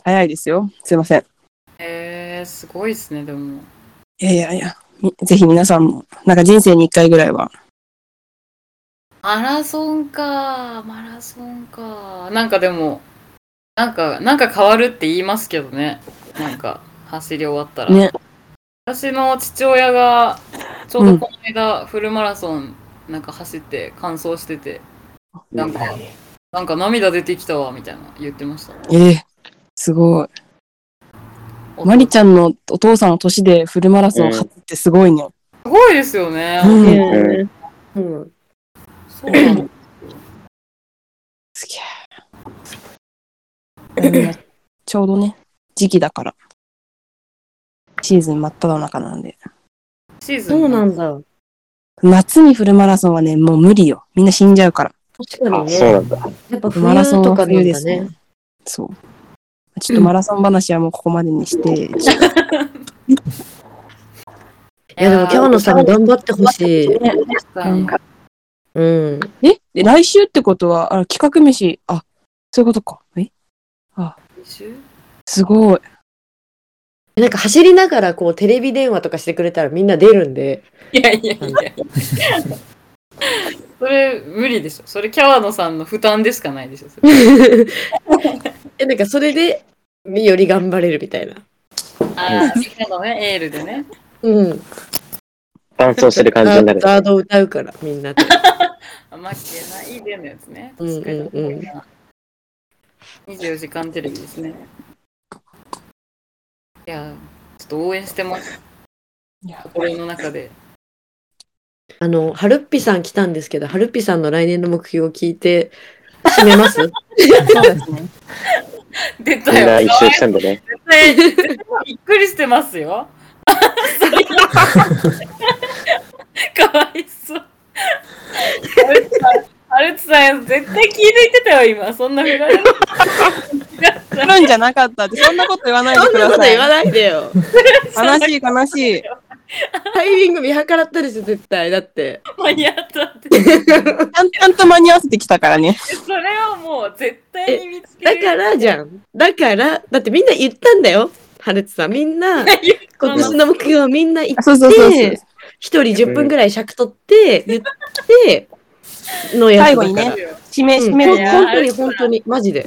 S3: 早いですよ。すいません。
S1: えー、すごいですね、でも。
S3: いやいやいや、みぜひ皆さんも、なんか人生に一回ぐらいは。
S1: マラソンか、マラソンか。なんかでも、なんか、なんか変わるって言いますけどね。なんか、走り終わったら。
S3: ね。
S1: 私の父親が、ちょうどこの間、フルマラソン、なんか走って、完走してて、なんか、なんか涙出てきたわ、みたいな言ってました。
S3: ええすごい。マリちゃんのお父さんの年でフルマラソン初ってすごいね。
S1: すごいですよね。
S3: うん
S2: う
S5: うん。
S1: そうなの
S3: すげえ。今ちょうどね、時期だから。シーズン真っ只中なんで。
S1: シーズン。
S5: そうなんだ。
S3: 夏にフルマラソンはね、もう無理よ。みんな死んじゃうから。
S5: 確か
S2: あ、
S5: に
S2: そう
S5: ね。
S2: なんだ。
S5: やっぱ
S3: マラ
S5: 冬
S3: ソン
S5: と
S3: は
S5: かな
S3: 冬
S5: ん
S3: で
S5: だ
S3: す
S5: ね
S3: ね。。そう。ちょっとマラソン話はもうここまでにして。
S5: いや、でも今日のさん頑張ってほしい。
S1: なんか
S5: うん。
S3: えで来週ってことは、あ企画飯、あ、そういうことか。えすごい。
S5: なんか走りながらこうテレビ電話とかしてくれたらみんな出る んで。
S1: いやいやいやいや。 それ無理でしょ。それキャワノさんの負担でしかないでしょ。それ
S5: え、なんかそれで、みより頑張れるみたいな。
S1: ああ、みんなのね、エールでね。
S5: うん。
S2: 伴奏してる感じになる。
S5: ガードを歌うから、みんなで。
S1: 負けないでのやつね。
S5: うんうんうん
S1: 24時間テレビですね。いや、ちょっと応援してます。
S3: いや
S1: 心の中で。
S5: あの、はるっぴさん来たんですけど、はるっぴさんの来年の目標を聞いて、締め ます
S3: そうですね。
S1: 出
S2: み
S1: た
S2: ん
S1: よ。
S2: な一周したんだね。
S1: 絶対びっくりしてますよ。 かわいそう。アルツさん、アルツさん、絶対気づいてたよ、今。そんな振られる。
S3: 来るんじゃなかったって、そんなこと言わないで
S5: そん
S3: く
S5: な
S3: だ
S5: こと
S3: さい。
S5: 言わないでよ。
S3: 悲しい、悲しい。
S5: タイミング見計らったでしょ、絶対。だって。
S1: 間に合ったって。
S3: ちゃんちゃんと間に合わせてきたからね。
S1: それはもう絶対に見つけ
S5: だ
S1: る。
S5: からじゃん。だから、だってみんな言ったんだよ。はるつさん。みん な、今年の目標をみんな言っ
S3: あそうそうそうそう
S5: て、一人10分ぐらい尺取って、言って、のやつだから。
S3: 最後にね
S1: びっ
S3: 締め、
S5: うん
S3: 締
S5: ほん
S3: め
S1: る
S3: る
S1: いや
S5: 本当に本当に、マジで。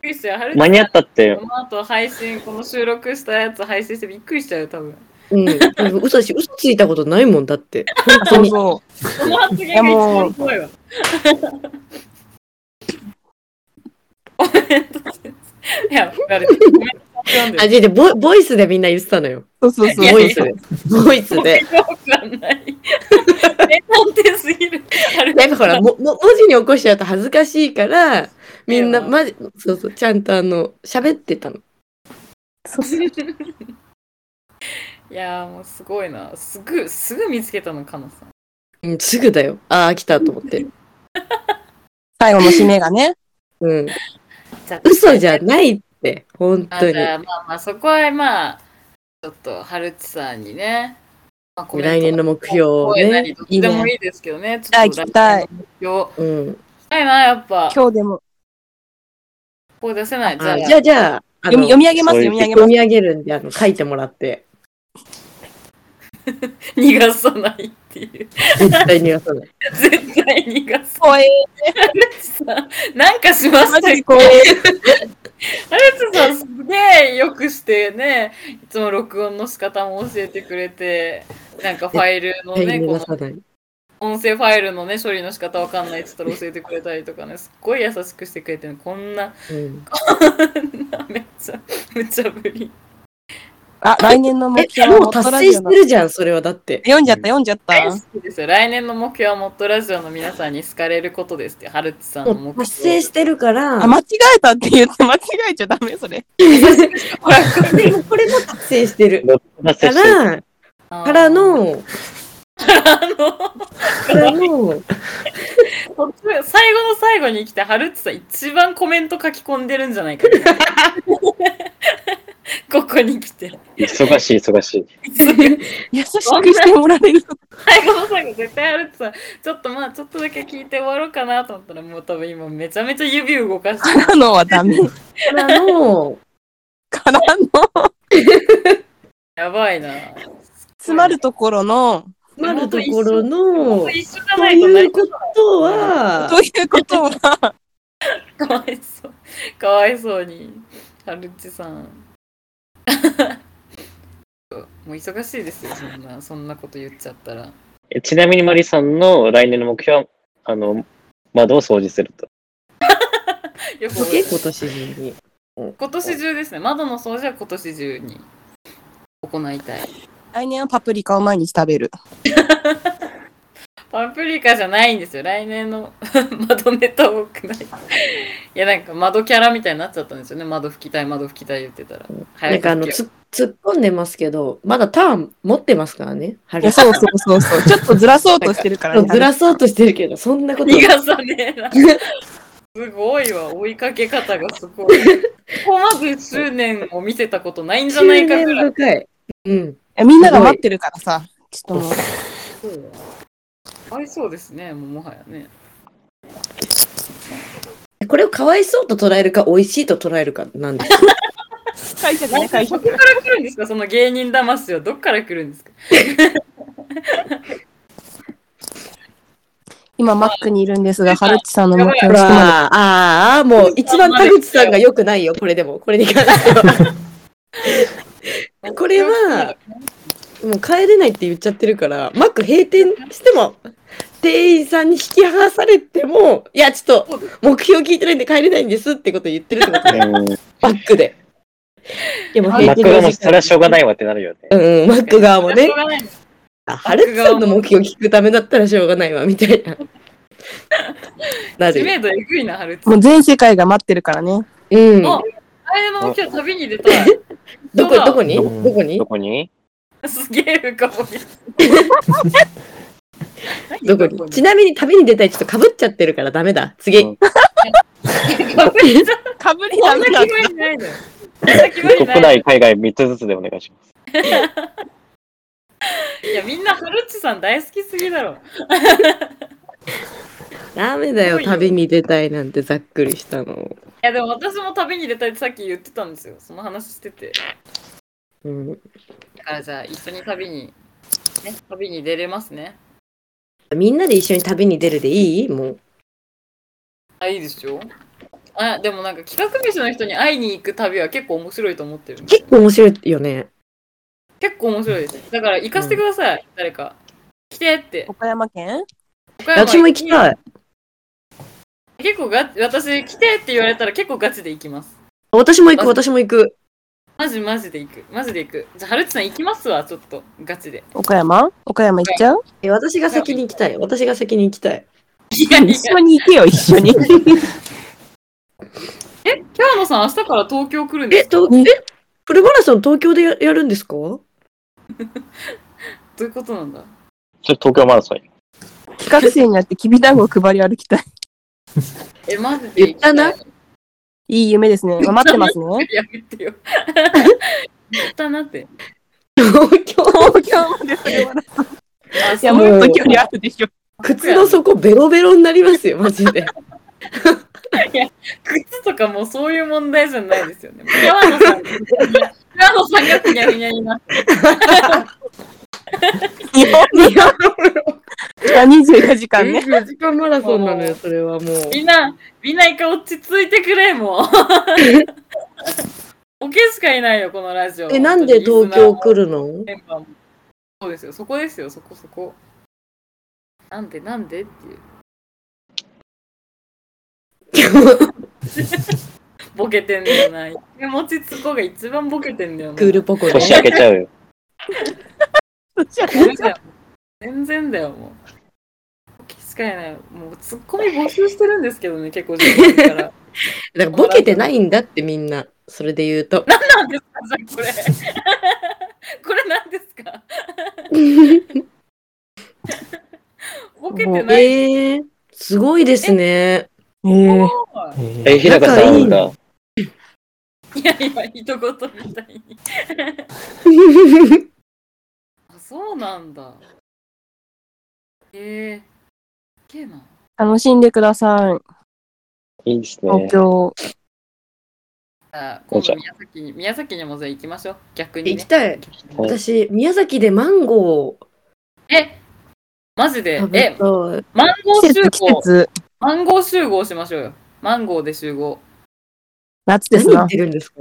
S1: くりしちゃう。
S2: 間に合
S1: っ
S2: ったって
S1: こ、の後配信、この収録したやつ配信してびっくりしちゃうよ、多分。
S5: うん。でも嘘だし、嘘ついたことないもんだ って。
S3: そうそ
S1: この発言が一番怖いわ。おめでとうございますいや、バレてるごめんなさい読んでる
S5: あ、じゃあボボイスでみんな言ってたのよ。
S3: う。そうそうそう。
S1: いや
S5: ド
S1: い
S5: イツ。ドイツで。
S1: わかんない。え、探偵すぎる。あれ
S5: やっぱほら、もも文字に起こしちゃうと恥ずかしいから、みんな、
S1: いや
S5: まじ、そうそう、ちゃんとあの、喋ってたの。
S1: いやーもうすごいな。すぐ、すぐ見つけたの、かなさん。
S5: うん、すぐだよ。ああ、来たと思って。
S3: 最後の締めがね。
S5: うん。
S1: じゃあ
S5: 嘘じゃないって、本
S1: ま
S5: 当
S1: あ、
S5: に
S1: じ。ゃあまあまあ、そこはまあ、ちょっと、はるちさんにね、まあ、コメント
S5: 来年の目標を
S1: 声なり
S5: ね
S1: どっ。
S5: い
S1: ち
S5: い
S1: でも
S5: ね。
S1: いいですけどね。ち
S3: 聞きたい
S1: ょっと来年の目標。聞
S5: うん。
S1: きたいな、やっぱ。
S3: 今日でも。
S1: こう出せない。じゃ
S5: あ
S1: あ、
S5: じゃあ、じゃあ、あ
S3: 読み
S5: の
S3: 読み上げます、
S2: そういう
S3: 読み上げま
S5: 読
S3: す。
S5: み上げるんで、あの、書いてもらって。
S1: 逃がさない っていう。
S5: 絶対に言わさない。
S1: 絶対逃がさ
S3: 怖え。
S1: ない。なんかしま
S3: マ
S1: し
S3: ジ
S1: たよ
S3: で怖え。
S1: ハルツさんすげえよくしてね、いつも録音の仕方も教えてくれて、なんかファイルの
S5: 絶対
S1: ね、
S5: に言
S1: こ
S5: わ
S1: の
S5: さない。
S1: 音声ファイルのね、処理の仕方わかんないっつったら教えてくれたりとかね、すっごい優しくしてくれてるこんな、
S5: うん。
S1: めっちゃ、むちゃぶり。
S3: あ、来年の目
S5: え、
S3: 標は
S5: も
S3: モ
S5: う
S3: ッ
S5: 達
S3: トラ
S5: 成
S3: ジオ
S5: し
S3: の
S5: て。るじゃん、それはだって。
S3: 読んじゃった、読んじゃった。
S1: 大好きですよ。来年の目標はモットラジオの皆さんに好かれることですって、ハルツさんの
S5: もう
S1: 目
S5: 達成
S1: 標。
S5: してるから、
S3: あ、間違えたって言って間違えちゃダメ、それ。
S5: ほら、これも、これも達成してる。
S2: 達成
S5: か
S2: してる
S5: ら、からの、からの、
S1: 途中最後の最後に来て、ハルツさん一番コメント書き込んでるんじゃないかな。 ここに来て。
S2: 忙しい、忙しい。
S3: 優しくしてもらえる。
S1: 最後の最後絶対あるってさちょっとまあちょっとだけ聞いて終わろうかなと思ったらもう多分今めちゃめちゃ指動かして
S3: からのはダ メ。
S5: からの、
S3: からの、
S1: やばいな
S3: 詰まるところの、
S5: なるとこ
S1: も
S5: ろの
S1: う、一緒じゃ
S5: と
S1: ないとないいう
S5: ことは
S3: と、いうこと は、
S1: かわいそうかわいそうにハルチさん もう忙しいですよそんなそんなこと言っちゃったら
S2: えちなみにマリさんの来年の目標は、あの、窓を掃除すると。
S1: よく
S5: すげえ今年中に。
S1: 今年中ですね窓の掃除は今年中に行いたい
S3: 来年はパプリカを毎日食べる。
S1: パプリカじゃないんですよ。来年の 窓ネタ多くない。いや、なんか窓キャラみたいになっちゃったんですよね。窓拭きたい、窓拭きたい言ってたら。
S5: なんかあの、
S1: 拭きを
S5: つ突っ込んでますけど、まだターン持ってますからね、
S3: い
S5: 春
S3: や、そうそうそうそう。 ちょっとずらそうとしてるからね。
S5: ずらそうとしてるけど、そんなこと
S1: 逃がさねえな。 すごいわ、追いかけ方がすごい。ここまで執念を見せたことないんじゃないかぐらい。
S5: 深い。うん。
S3: えみんなが待ってるからさ、ちょっともう、
S1: かわいそうですね、もうもはやね。
S5: これをかわいそうと捉えるか、美味しいと捉えるかなんです。
S3: 解釈ね、解
S1: ど
S3: 釈。
S1: こから来るんですか、その芸人魂は。どっから来るんですか
S3: 今、マックにいるんですが、ハルチさんの目
S5: ほ
S3: 標
S5: ら、
S3: はまる。
S5: ああ、もう一番田口さんが良くないよ、これでも。これに関して は。これは、もう帰れないって言っちゃってるから、マック閉店しても、店員さんに引き剥がされても、いや、ちょっと、目標聞いてないんで帰れないんですってこと言ってる ってこと
S2: う
S5: ね、
S2: ん、
S5: バックで。いや、もう。
S2: マックがもうそれはしょうがないいわってなるよね。
S5: うん、マック側もね
S1: しょう、がないです
S5: あハルツさんの目標聞くためだったらしょうがないわ、みたい な。な
S1: 知
S5: る
S1: 名
S5: よ。
S1: 度えぐいな、ハルチ
S3: もう全世界が待ってるからね。
S5: うん。
S1: ああれの今日旅に出たい。
S5: どこ、どこに
S4: ど
S5: ど
S4: こに
S5: こに
S2: どこに
S1: すげえ深掘り。
S5: どこにちなみに旅に出たいちょっとかぶっちゃってるからダメだ。次。
S2: うん
S1: かぶりじゃ
S3: かぶり
S1: そ
S3: ダ
S1: んな
S3: メ
S1: 決ま
S3: だ。
S1: りないのよ。そんな決まり
S2: 国
S1: ない
S2: 内、海外3つずつでお願いしま
S1: の。
S2: す。
S1: いや、みんなハルチさん大好きすぎだろ。
S5: ダメだ
S1: すご
S5: よ。
S1: いよ
S5: 旅に出たいなんてざっくりしたの。
S1: いや、でも私も旅に出たいってさっき言ってたんですよ。その話してて。
S5: うん。
S1: だからじゃあ、一緒に旅に、ね、旅に出れますね。
S5: みんなで一緒に旅に出るでいいもう。
S1: あ、いいでしょあ、でもなんか企画飯の人に会いに行く旅は結構面白いと思ってる。
S5: 結構面白いよね。
S1: 結構面白いです。だから行かせてください、誰か。来てって。
S3: 岡山県
S1: 岡山
S5: 私も行きたい。
S1: 結構ガチ私来てって言われたら結構ガチで行きます
S5: 私も行く、私も行く。
S1: マジマジで行く。マジで行く。じゃあ、はるちさん行きますわ、ちょっと。ガチで。
S3: 岡山岡山行っちゃう
S5: え、私が先に行きたい。私が先に行きたい。
S1: いやいや
S3: 一緒に行けよ、一緒に。
S1: え、キャラノさん明日から東京来るんで
S5: え、
S1: すか
S5: と、え、フルマラソン東京でややるんですか
S1: どういうことなんだ
S2: ちょっと東京マラソン。
S3: 企画生になってきび団子配り歩きたい。
S1: え、マジで行きい
S5: 言っ
S3: いい夢ですね。まあ待ってますね。
S1: やめてよ。言ったなって。
S5: 東京
S3: 東京までそれはない
S1: あ、
S3: や、
S1: そ
S3: も
S1: う
S3: っと距離あるでしょ。
S5: 靴の底ベロベロになりますよ、マジで。
S1: 靴とかもうそういう問題じゃないですよね。キャラノさん、キャラノさんがふにゃふにゃになって。
S3: 日本に24時間ね。
S5: 4時間マラソンなのよ、それはもう。
S1: みんな、みんな一回落ち着いてくれ、 もう。ボケしかいないよ、このラジオ。
S5: え、なんで東京来
S1: る
S5: るの
S1: そうですよ、そこですよ、そこそこ。なんで、なんでっていう。ボケてんだよな。 一回持ちつこが一番ボケてんだよな。
S5: クールポコね。
S2: 年明けちゃうよ。
S1: 全然だよ 全然だよ、もう。ボケしかいない。もう、ツッコミ募集してるんですけどね、結構自分 から。
S5: だからボケてないんだってみんな。それで言うと。
S1: なんですか、じゃあこれ。これなんですかボケてない。
S5: えー、すごいですね。
S3: えー
S2: え、日高さんが、
S1: いやいや、一言みたい に。あ、そうなんだ。えー、けえな。
S3: 楽しんでください。
S2: いいですね
S3: 東。京。
S1: あ
S2: こ
S1: 今度
S2: んちは
S1: 宮崎に、宮崎にもじゃあ行きましょう。逆に、
S5: 行き
S1: ね。
S5: たい。私、宮崎でマンゴ
S1: え、マジで
S5: ー食、べた
S1: え
S5: い、。
S1: マンゴー
S3: 季
S1: 集
S3: 節季
S1: 合、
S3: 節。
S1: マンゴー集合しましょうよ。マンゴーで集合。
S3: 夏ですな
S5: 何言っ。てるんですか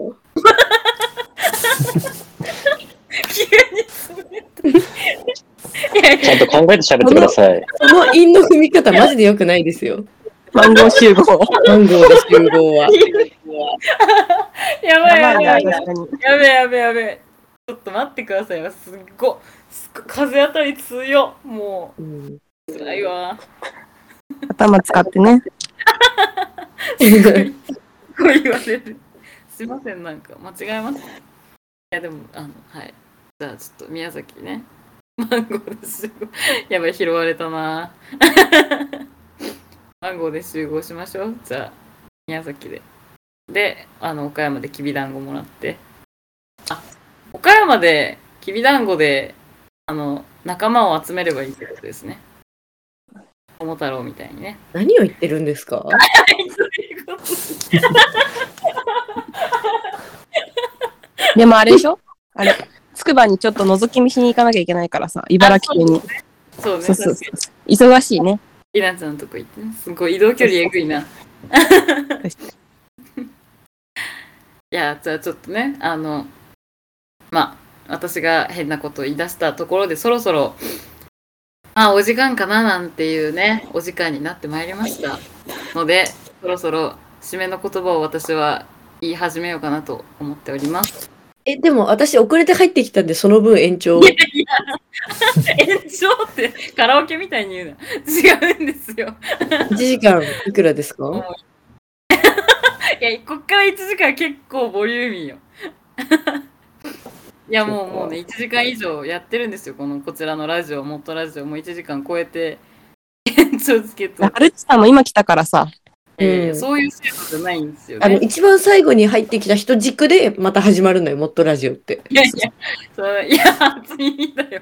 S1: いやい
S2: ちゃ
S1: や
S2: んと考えて喋ってください。
S5: その韻の踏み方、マジで良くないですよ。
S3: マンゴー集合。
S5: マンゴーで集合は。
S1: やばいやばいやばい
S3: やばいな確かに。
S1: やべえやべえやべえ。ちょっと待ってくださいよ。すっごすっご風当たり強っ。も
S5: うん
S1: う、辛いわ。
S3: 頭使ってね。
S1: すごい言われる。すいません、なんか間違えます。いや、でも、あの、はい。じゃあ、ちょっと宮崎ね。マンゴーで集合。やばい、拾われたな。マンゴーで集合しましょう。じゃあ、宮崎で。で、あの、岡山できびだんごもらって。あ、岡山できびだんごで、あの、仲間を集めればいいってことですね。桃太郎みたいにね。
S5: 何を言ってるんですか
S3: でもあれでしょあれ。つくばにちょっと覗き見しに行かなきゃいけないからさ、茨城県に。
S1: そうね、
S3: そうそう
S1: 確か
S3: そう。忙しいね。
S1: イランさんのとこ行ってねすごい移動距離えぐいな。いや、じゃあちょっとね、あの、まあ、私が変なことを言い出したところで、そろそろ、まあ、お時間かななんていうね、お時間になってまいりました。ので、そろそろ締めの言葉を私は言い始めようかなと思っており ます。
S5: え、でも私遅れて入ってきたんで、その分延長。
S1: 延長ってカラオケみたいに言うな。違うんですよ。
S5: 1時間いくらですか
S1: いや、こっから1時間結構ボリューミーよ。いや、もう、もうね、1時間以上やってるんですよ。この、こちらのラジオ、もっとラジオ、もう1時間超えて、延長チケット。
S3: はるちさんも今来たからさ、
S1: いやいや
S5: うん
S1: そういう制度じゃないんですよ
S5: あの、
S1: ね。
S5: 一番最後に入ってきた人軸で、また始まるのよ、もっとラジオって。
S1: いやいや、そういや、初耳だよ。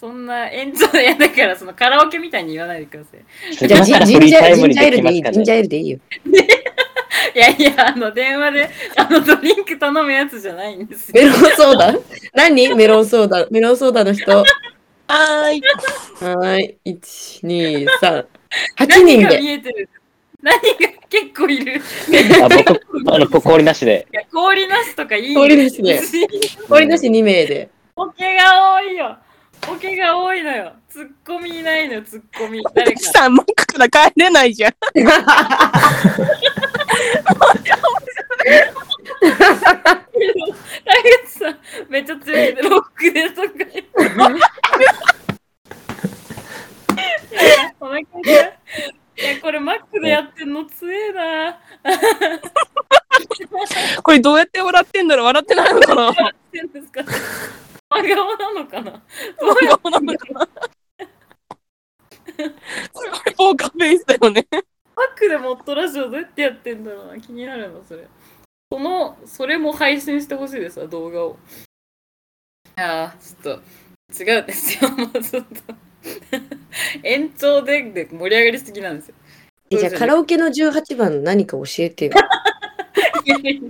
S1: そんな延長、いや、だから、そのカラオケみたいに言わないでください。
S2: すご
S5: じゃ
S2: い
S5: あ、ジ
S2: フ
S5: ンジン
S2: リ
S5: ジ
S2: ー
S5: ャ
S2: タ
S5: ー
S2: イ
S5: ジ
S2: ム
S5: ン
S2: に
S5: ジャーエ
S2: で
S5: ール
S2: き
S5: で
S2: ま
S5: い
S2: す
S5: い。
S2: か
S5: ジンジャー
S2: ね。
S5: エールでいいよ。
S1: いやいや、あの、電話で、あの、ドリンク頼むやつじゃないんです
S5: メ
S1: よ。
S5: ロンソーダ何メロンソーダ。メロンソーダの人。
S3: はーい。
S5: はーい。1、2、3。8
S1: 何
S5: 人
S1: が
S5: で。
S1: 見えてる何が結構いる。
S2: あ、僕、あの、氷なしで。
S1: いや氷なしとかいいよ
S5: 氷なしで。氷なし2名で。
S1: ボケが多いよ。ボケが多いのよ。ツッコミいないのよ、ツッコミ。
S3: は
S1: 誰
S3: る
S1: か
S3: ち。さんもうここから帰れないじゃん。
S1: 大月さん、めっちゃ強い。ロックでとか言って。いやお腹痛いいや、これマックでやってんの強えな。
S3: これどうやって笑ってんだろう笑ってないのか な
S1: 笑ってんですか真顔なのかなどういう
S3: 顔なのかなすごいポーカーフェイスだよね。
S1: マックでモットラジオどうやってやってんだろうな気になるなそれそのそれも配信してほしいですわ動画をいやーちょっと違うんですよもうちょっと 延長でで盛り上がりすぎなんですよ
S5: えじゃあカラオケの18番何か教えてよ。
S1: いやいや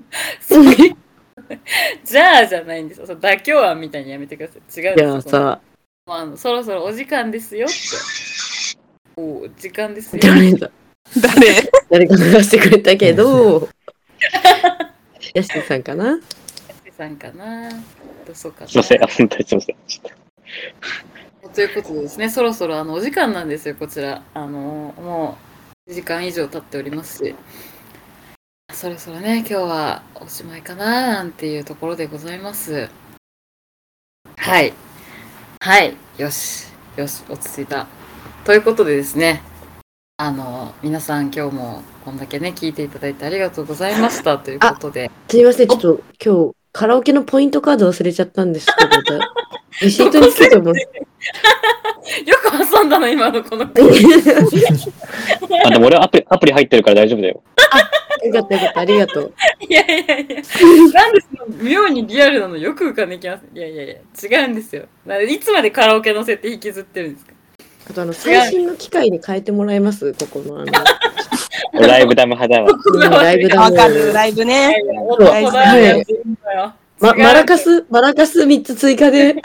S1: それ じゃあじゃないんですよそう妥協案みたいにやめてください違うん
S5: い
S1: ですよ
S5: や
S1: その
S5: さ、
S1: まああのそろそろお時間ですよってお時間ですよ
S5: 誰だ
S3: 誰
S5: 誰か流してくれたけ ど、ヤシさんかな
S1: さんかなどうそうかな
S2: すいません、あ、本当にすいません。ちょっと
S1: ということでですね、そろそろあのお時間なんですよ、こちら。あのもう1時間以上経っておりますし、そろそろね、今日はおしまいかななんていうところでございます。はい。はい。よし。よし。落ち着いた。ということでですね、あの皆さん今日もこんだけね、聞いていただいてありがとうございましたということで、
S5: すいません、ちょっと今日カラオケのポイントカード忘れちゃったんですけ ど、だレシートにつけてもらっ
S1: よく挟んだの、今のこの。
S5: て。よ
S2: あ、でも俺はアプリ、アプリ入ってるから大丈夫だよ。
S5: かったよかった、ありがとう。
S1: いやいやいや、なんでその妙にリアルなのよく浮かんできます。いやいやいや、違うんですよ。なんでいつまでカラオケの設定引きずってるんですか
S5: あとあの、最新の機械に変えてもらえますここのあの、
S2: ライブダム派だわ。
S1: こだわ
S5: ライブ
S1: り
S5: だ
S3: わ
S5: もん
S3: かる、ライブね。
S1: こだわりが強いんだよ
S5: ま、
S1: 違う
S5: マラカス、マラカス3つ追加で。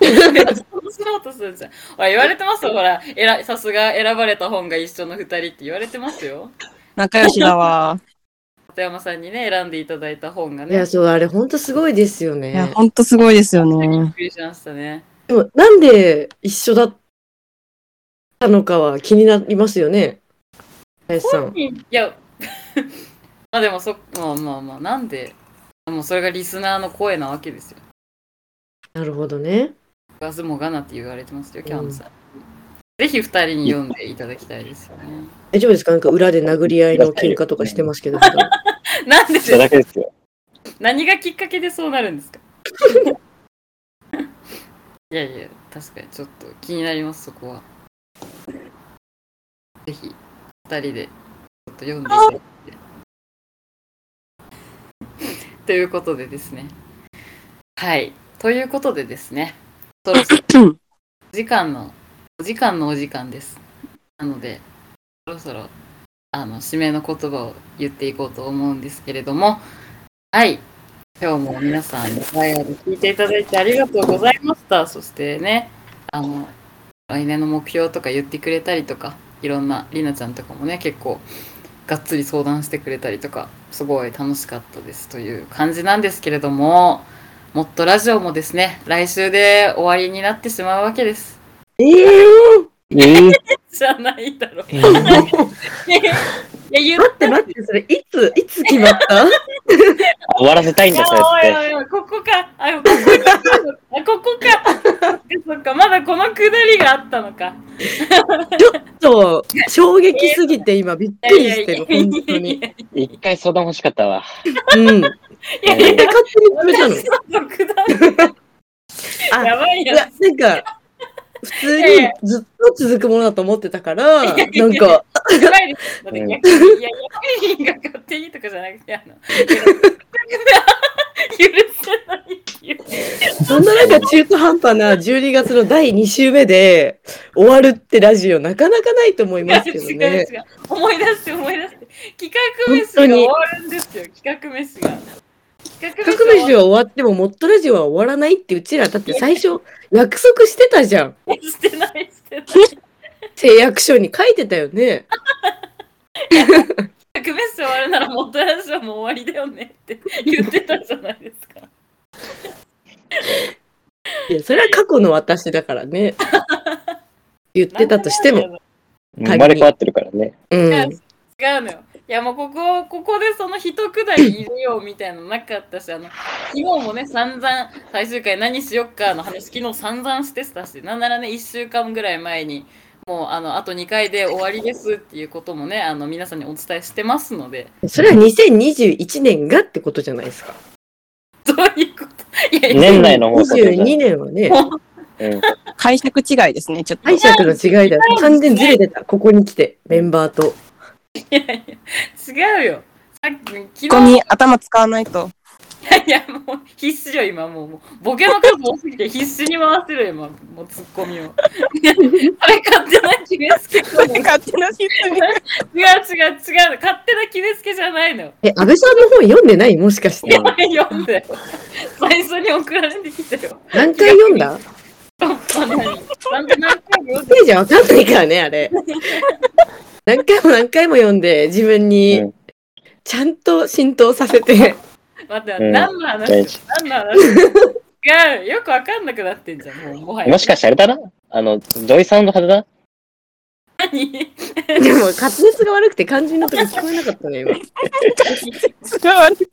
S1: めっちゃ面白いことするじゃん。ほら、言われてますよ、ほら。えらさすが選ばれた本が一緒の二人って言われてますよ。
S3: 仲良しだ わ。
S1: 片山さんにね、選んでいただいた本が
S5: い
S1: ね。
S5: や、そう、あれほんとすごいですよ
S3: いや、
S5: ね。
S3: ほんとすごいですよ
S1: びっ
S3: ね。
S1: くりしましたね。
S5: でも、なんで一緒だったのかは気になりますよね。林さん。
S1: いや、 まあでもそ、まあまあまあ、なんで、もうそれがリスナーの声なわけですよ。
S5: なるほどね。
S1: ガズもガナって言われてますよ、キャンさん。ぜひ二人に読んでいただきたいですよね。
S5: 大丈夫ですかなんか裏で殴り合いの喧嘩とかしてますけど。普段
S1: なんで
S2: それだけですよ。
S1: 何がきっかけでそうなるんですか いやいや、確かにちょっと気になります、そこは。ぜひ、二人でちょっと読んでいただいて。 ということでですね。はい。ということでですね。そろそろお時間の、お時間のお時間です。なので、そろそろ、あの、締めの言葉を言っていこうと思うんですけれども、はい。今日も皆さん、最後まで聞いていただいてありがとうございました。そしてね、あの、来年の目標とか言ってくれたりとか、いろんな、りなちゃんとかもね、結構、がっつり相談してくれたりとか、すごい楽しかったですという感じなんですけれども、もっとラジオもですね、来週で終わりになってしまうわけです。
S5: えー、
S2: ええ
S1: じゃないだろう。
S4: えー
S1: いや、言
S5: 待って待って、それいつ、いつ決まった
S2: 終わらせたいんだ、そう
S1: おい
S2: やって。
S1: おいおい、ここか。あ、ここか。あここか。そっか、まだこのくだりがあったのか。
S5: そう、衝撃すぎて今びっくりして
S1: いやいやい
S5: る、
S1: や
S5: 本当に。
S2: 一回相談欲しかったわ。
S5: うん。で、
S1: いやいやいや、
S5: 勝手に決めたの。
S1: 私 のくだり
S5: あ、
S1: やばい
S5: い
S1: や
S5: や、なんか、普通にずっと続くものだと思ってたから、なんか、
S1: つ。やばいです。だって逆に、いや、役員が勝手にとかじゃなくて、あ の、許せないっていう。
S5: そんななんか中途半端な12月の第2週目で終わるってラジオなかなかないと思い
S1: い
S5: ま
S1: や
S5: すけど
S1: 違う
S5: ね。
S1: 違う。思い出して思い出して。企画飯が終わるんですよ、企画飯が。企画
S5: 各飯
S1: を
S5: は終わっても、モットラジオは終わらないって、うちら、だって最初、約束してたじゃん。
S1: してないしてない。
S5: 誓約書に書いてたよね。
S1: 100メッセ終わるならもっとラジオもう終わりだよねって言ってたじゃないですか。
S5: いや、それは過去の私だからね。言ってたとしても。
S2: 生まれ変わってるからね。
S5: うん。
S1: 違うのよ。いやもうここ、ここでその一くだり入れようみたいなのなかったし、あの、昨日もね、散々、最終回何しよっかの話、昨日散々してたし、なんならね、1週間ぐらい前に、もう、あの、あと2回で終わりですっていうこともね、あの、皆さんにお伝えしてますので、
S5: それは2021年がってことじゃないですか。
S1: どういうこといやいや、
S2: 年内の放送で。
S5: 22年はね、
S2: うん
S3: 解釈違いですね、ちょっと。
S5: 解釈の違いだ。完全にずれてた。ここに来て、メンバーと。
S1: いやいや、違うよ。さっき、昨日、
S3: ここに頭使わないと。
S1: いやいや、もう必死よ、今もう。もうボケの数多すぎて必死に回してるよ、今。もうツッコ ミを。いやあれ、勝手な決めつけなの違う違う違う。
S3: 勝手なシステム
S1: 勝手な決めつけじゃないのよ。
S5: え、安倍さんの本読んでないもしかして。
S1: 読んで。最初に送られてきたよ。
S5: 何回読んだ
S1: あの何何回も読ん
S5: ページわかんないからね、あれ。何回も何回も読んで、自分
S2: う
S5: に
S2: ん、
S5: ちゃんと浸透させ て。
S1: で待って待っ
S2: う
S1: て、
S2: ん
S1: 何の話
S2: 大
S1: よ
S2: 事
S1: 何の話違うよくわかんなくなってんじゃん、もうもはや。
S2: もしかしてあれだなあの、ジョイサウンド派だ
S1: 何
S5: でも、滑舌が悪くて肝心なとこ聞こえなかったね、今。 ジ
S3: が悪く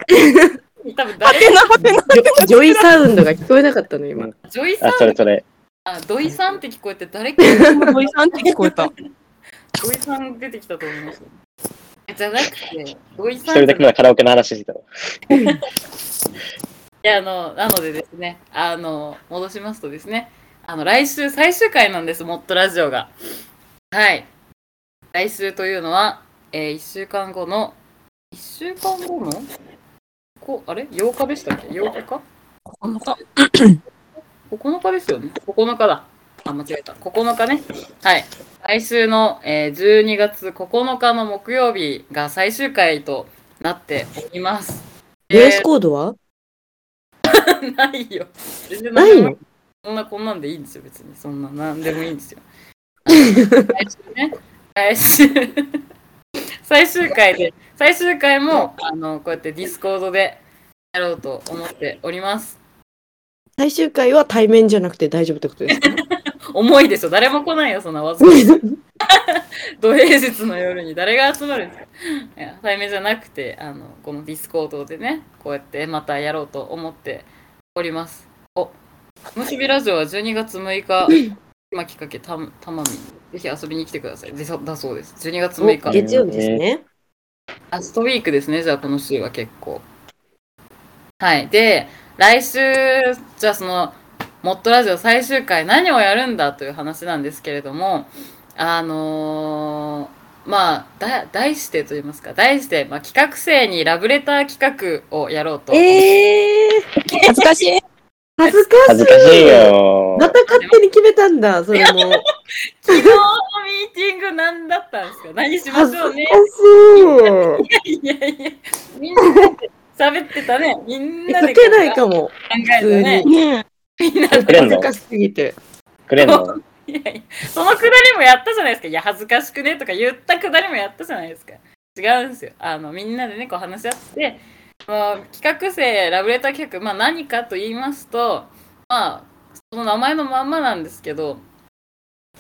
S1: 多分
S3: は
S1: 誰
S3: てなはてな。
S5: ョジョイサウンドが聞こえなかったの、今。
S1: ジョイさ
S2: なんあ、それそれ。
S1: あ、土井さんって聞こえて誰か土
S3: おじさんって聞こえた。
S1: 井さん出てきたと思いますよ。じゃなくて、土井
S2: 一
S1: さん
S2: 人だけ
S1: い
S2: のカラオケの話してたの。
S1: やあのなのでですね、あの戻しますとですね、あの来週最終回なんです、モットラジオが。はい。来週というのは、え1週間後の、1週間後のこあれ ?8 日でしたっけ ?8 日か
S3: 9日。
S1: 9日ですよね。9日だ。あ、間違えた。9日ね。はい。来週の、えー12月9日の木曜日が最終回となっております。
S5: ベースコードは
S1: えー ないよ。全然
S5: ないの
S1: そんなこんなんでいいんですよ、別に。そんな、なんでもいいん ですよ。来週ね。来週。 最終回で、最終回も、あの、こうやってディスコードでやろうと思っております。
S5: 最終回は対面じゃなくて大丈夫ってことですか
S1: 重いでしょ誰も来ないよ、そんなわざわざ土平日の夜に誰が集まるんですかいや対面じゃなくてあのこのディスコードでねこうやってまたやろうと思っておりますおむしびラジオは12月6日今きっかけたたまみぜひ遊びに来てくださいでそだそうです12月6
S5: お
S1: 日
S5: 月曜日ですね。
S1: ラストウィークですねじゃあこの週は結構はいで来週じゃあそのモットラジオ最終回何をやるんだという話なんですけれどもあのーまあだ題してと言いますか題して、まあ、企画生にラブレター企画をやろうと、
S5: えー、
S3: 恥ずかしい。
S5: 恥ずかしい。
S2: 恥ずかしいよ
S5: また勝手に決めたんだ、それも。
S1: 昨日のミーティング何だったんですか何しま
S5: 恥ず
S1: し
S5: か
S1: ょう
S5: し
S1: ね
S5: い。
S1: いやいやみんなで喋ってたねみん
S5: え
S1: な
S5: 書
S1: で
S5: けないかも。
S1: 考えたね
S3: ね
S2: くれん
S5: 恥ず
S2: の
S5: かしすぎて。
S2: くれんの
S1: いやいやそのくだりもやったじゃないですか。いや、恥ずかしくねとか言ったくだりもやったじゃないですか。違うんですよ。あの、みんなでね、こう話し合って、もう企画生、ラブレター企画、まあ何かと言いますと、まあ、その名前のまんまなんですけど、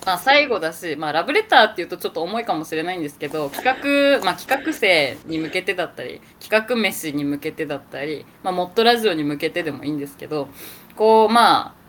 S1: まあ最後だし、まあラブレターっていうとちょっと重いかもしれないんですけど、企画、まあ企画生に向けてだったり、企画飯に向けてだったり、まあモットラジオに向けてでもいいんですけど、こう、まあ、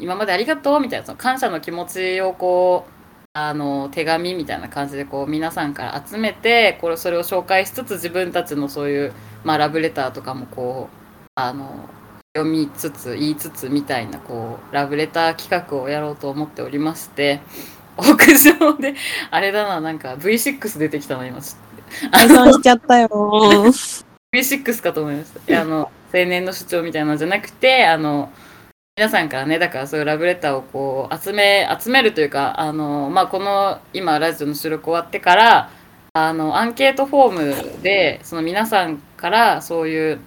S1: 今までありがとうみたいなその感謝の気持ちをこうあの手紙みたいな感じでこう皆さんから集めてこれそれを紹介しつつ自分たちのそういう、まあ、ラブレターとかもこうあの読みつつ言いつつみたいなこうラブレター企画をやろうと思っておりまして 屋上であれだななんか V6 出てきたの今ちょっと
S3: え。解散しちゃったよ。
S1: V6 かと思いました。いやあの、青年の主張みたいなのじゃなくて、あの、皆さんからね、だからそういうラブレターをこう、集め、集めるというか、あの、まあ、この、今、ラジオの収録終わってから、あの、アンケートフォームで、その皆さんから、そういう、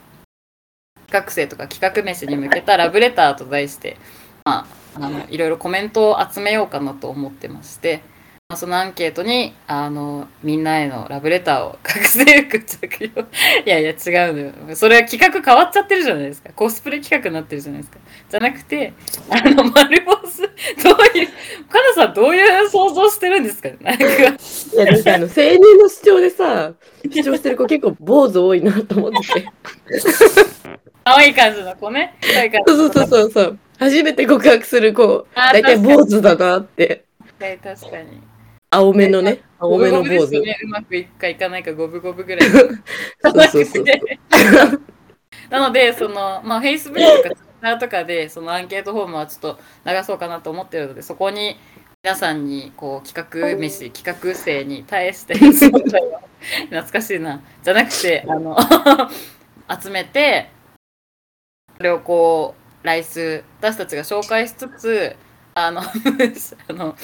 S1: 企画生とか企画飯に向けたラブレターと題して、まあ、あの、いろいろコメントを集めようかなと思ってまして、まあそのアンケートに、あの、みんなへのラブレターを学 生服着用いやいや違うのよ。それは企画変わっちゃってるじゃないですか。コスプレ企画になってるじゃないですか。じゃなくて、あの、丸ボス、どういう、カナさんどういう想像してるんですかねなんか、
S5: いや、なんかあの、青年の主張でさ、主張してる子結構坊主多いなと思ってて。
S1: 可愛い感じの子ね。可愛い感じ
S5: そうそうそうそうそう。初めて告白する子、
S1: あー
S5: 大体坊主だなって。
S1: ね確かに。
S5: 青めのね、青めの
S1: 五分五分で
S5: 坊
S1: すよ
S5: 主。
S1: ね。うまくいくかいかないか五分五分ぐらい。
S5: そうそうそう。
S1: なので、その、まあ、Facebook とか Twitter とかで、そのアンケートフォームはちょっと流そうかなと思ってるので、そこに皆さんに、こう、企画飯、企画生に対して、そうだよ懐かしいな。じゃなくて、あの、集めて、それをこう、来週、私たちが紹介しつつ、あの、 あの、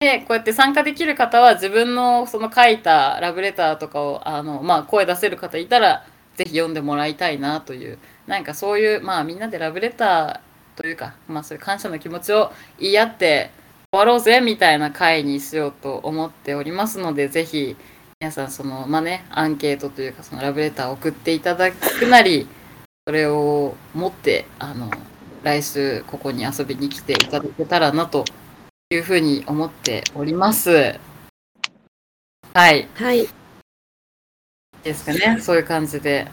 S1: で、こうやって参加できる方は自分のその書いたラブレターとかを、あの、まあ、声出せる方いたら、ぜひ読んでもらいたいなという、なんかそういう、まあみんなでラブレターというか、まあそういう感謝の気持ちを言い合って終わろうぜみたいな回にしようと思っておりますので、ぜひ皆さんその、まあね、アンケートというかそのラブレターを送っていただくなり、それを持って、あの、来週ここに遊びに来ていただけたらなというふうに思っております。はい。
S5: はい。
S1: ですかね。そういう感じで。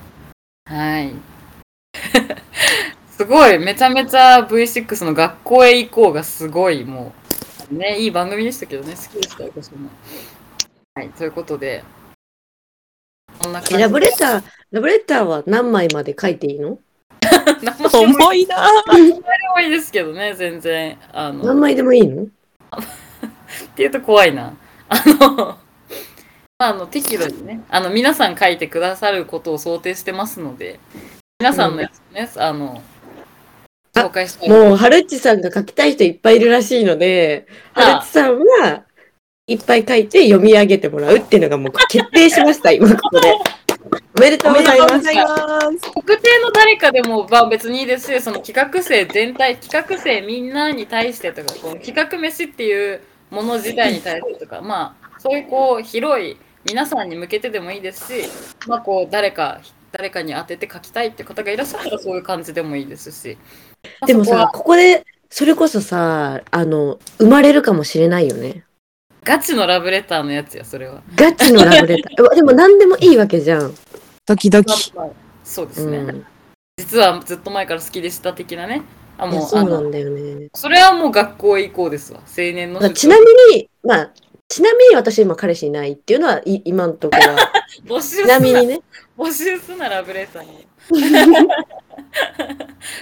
S1: はい。 すごい、めちゃめちゃ V6 の学校へ行こうがすごい、もう。ね、いい番組でしたけどね、好きでした、私も。はい、ということで。こんな感じ
S5: ラブレター、ラブレターは何枚まで書いていいの
S1: 何枚でも
S3: 重いな
S1: ないですけどね、全然。あの、
S5: 何枚でもいいの
S1: っていうと怖いな。あの、まあ、あの適度にね、あの皆さん書いてくださることを想定してますので、皆さんのやつね、あの、紹介したい。
S5: もう、はるっちさんが書きたい人いっぱいいるらしいので、
S1: あ
S5: はるっちさんはいっぱい書いて読み上げてもらうっていうのがもう決定しました、今ここで。おめでとうござい
S3: おめでとう
S5: ま
S3: ご
S5: す
S3: ざ。います。
S1: 特定の誰かでも、まあ、別にいいですし、その企画生全体、企画生みんなに対してとか、この企画飯っていうもの自体に対してとか、まあ、そういうこう、広い皆さんに向けてでもいいですし、まあ、こう、誰か、誰かに当てて書きたいっていう方がいらっしゃったら、そういう感じでもいいですし。
S5: でも
S1: そこ
S5: さ
S1: は、
S5: ここで、それこそさ、あの、生まれるかもしれないよね。
S1: ガチのラブレターのやつや、それは。
S5: ガチのラブレター。うわでも何でもいいわけじゃん。
S3: ドキドキ。
S1: そうです
S5: う
S1: ね。
S5: ん。
S1: 実はずっと前から好きでした的なね。あ、
S5: いや
S1: もう、
S5: そ
S1: あ
S5: うな
S1: の、
S5: んだよね。
S1: それはもう学校へ行こうですわ。青年の
S5: まあ
S1: 主張
S5: ちなみに、まあ、ちなみに私今彼氏いないっていうのはい今のところは。
S1: 募集す
S5: ち
S1: る
S5: なみにね。
S1: 募集すなラブレターに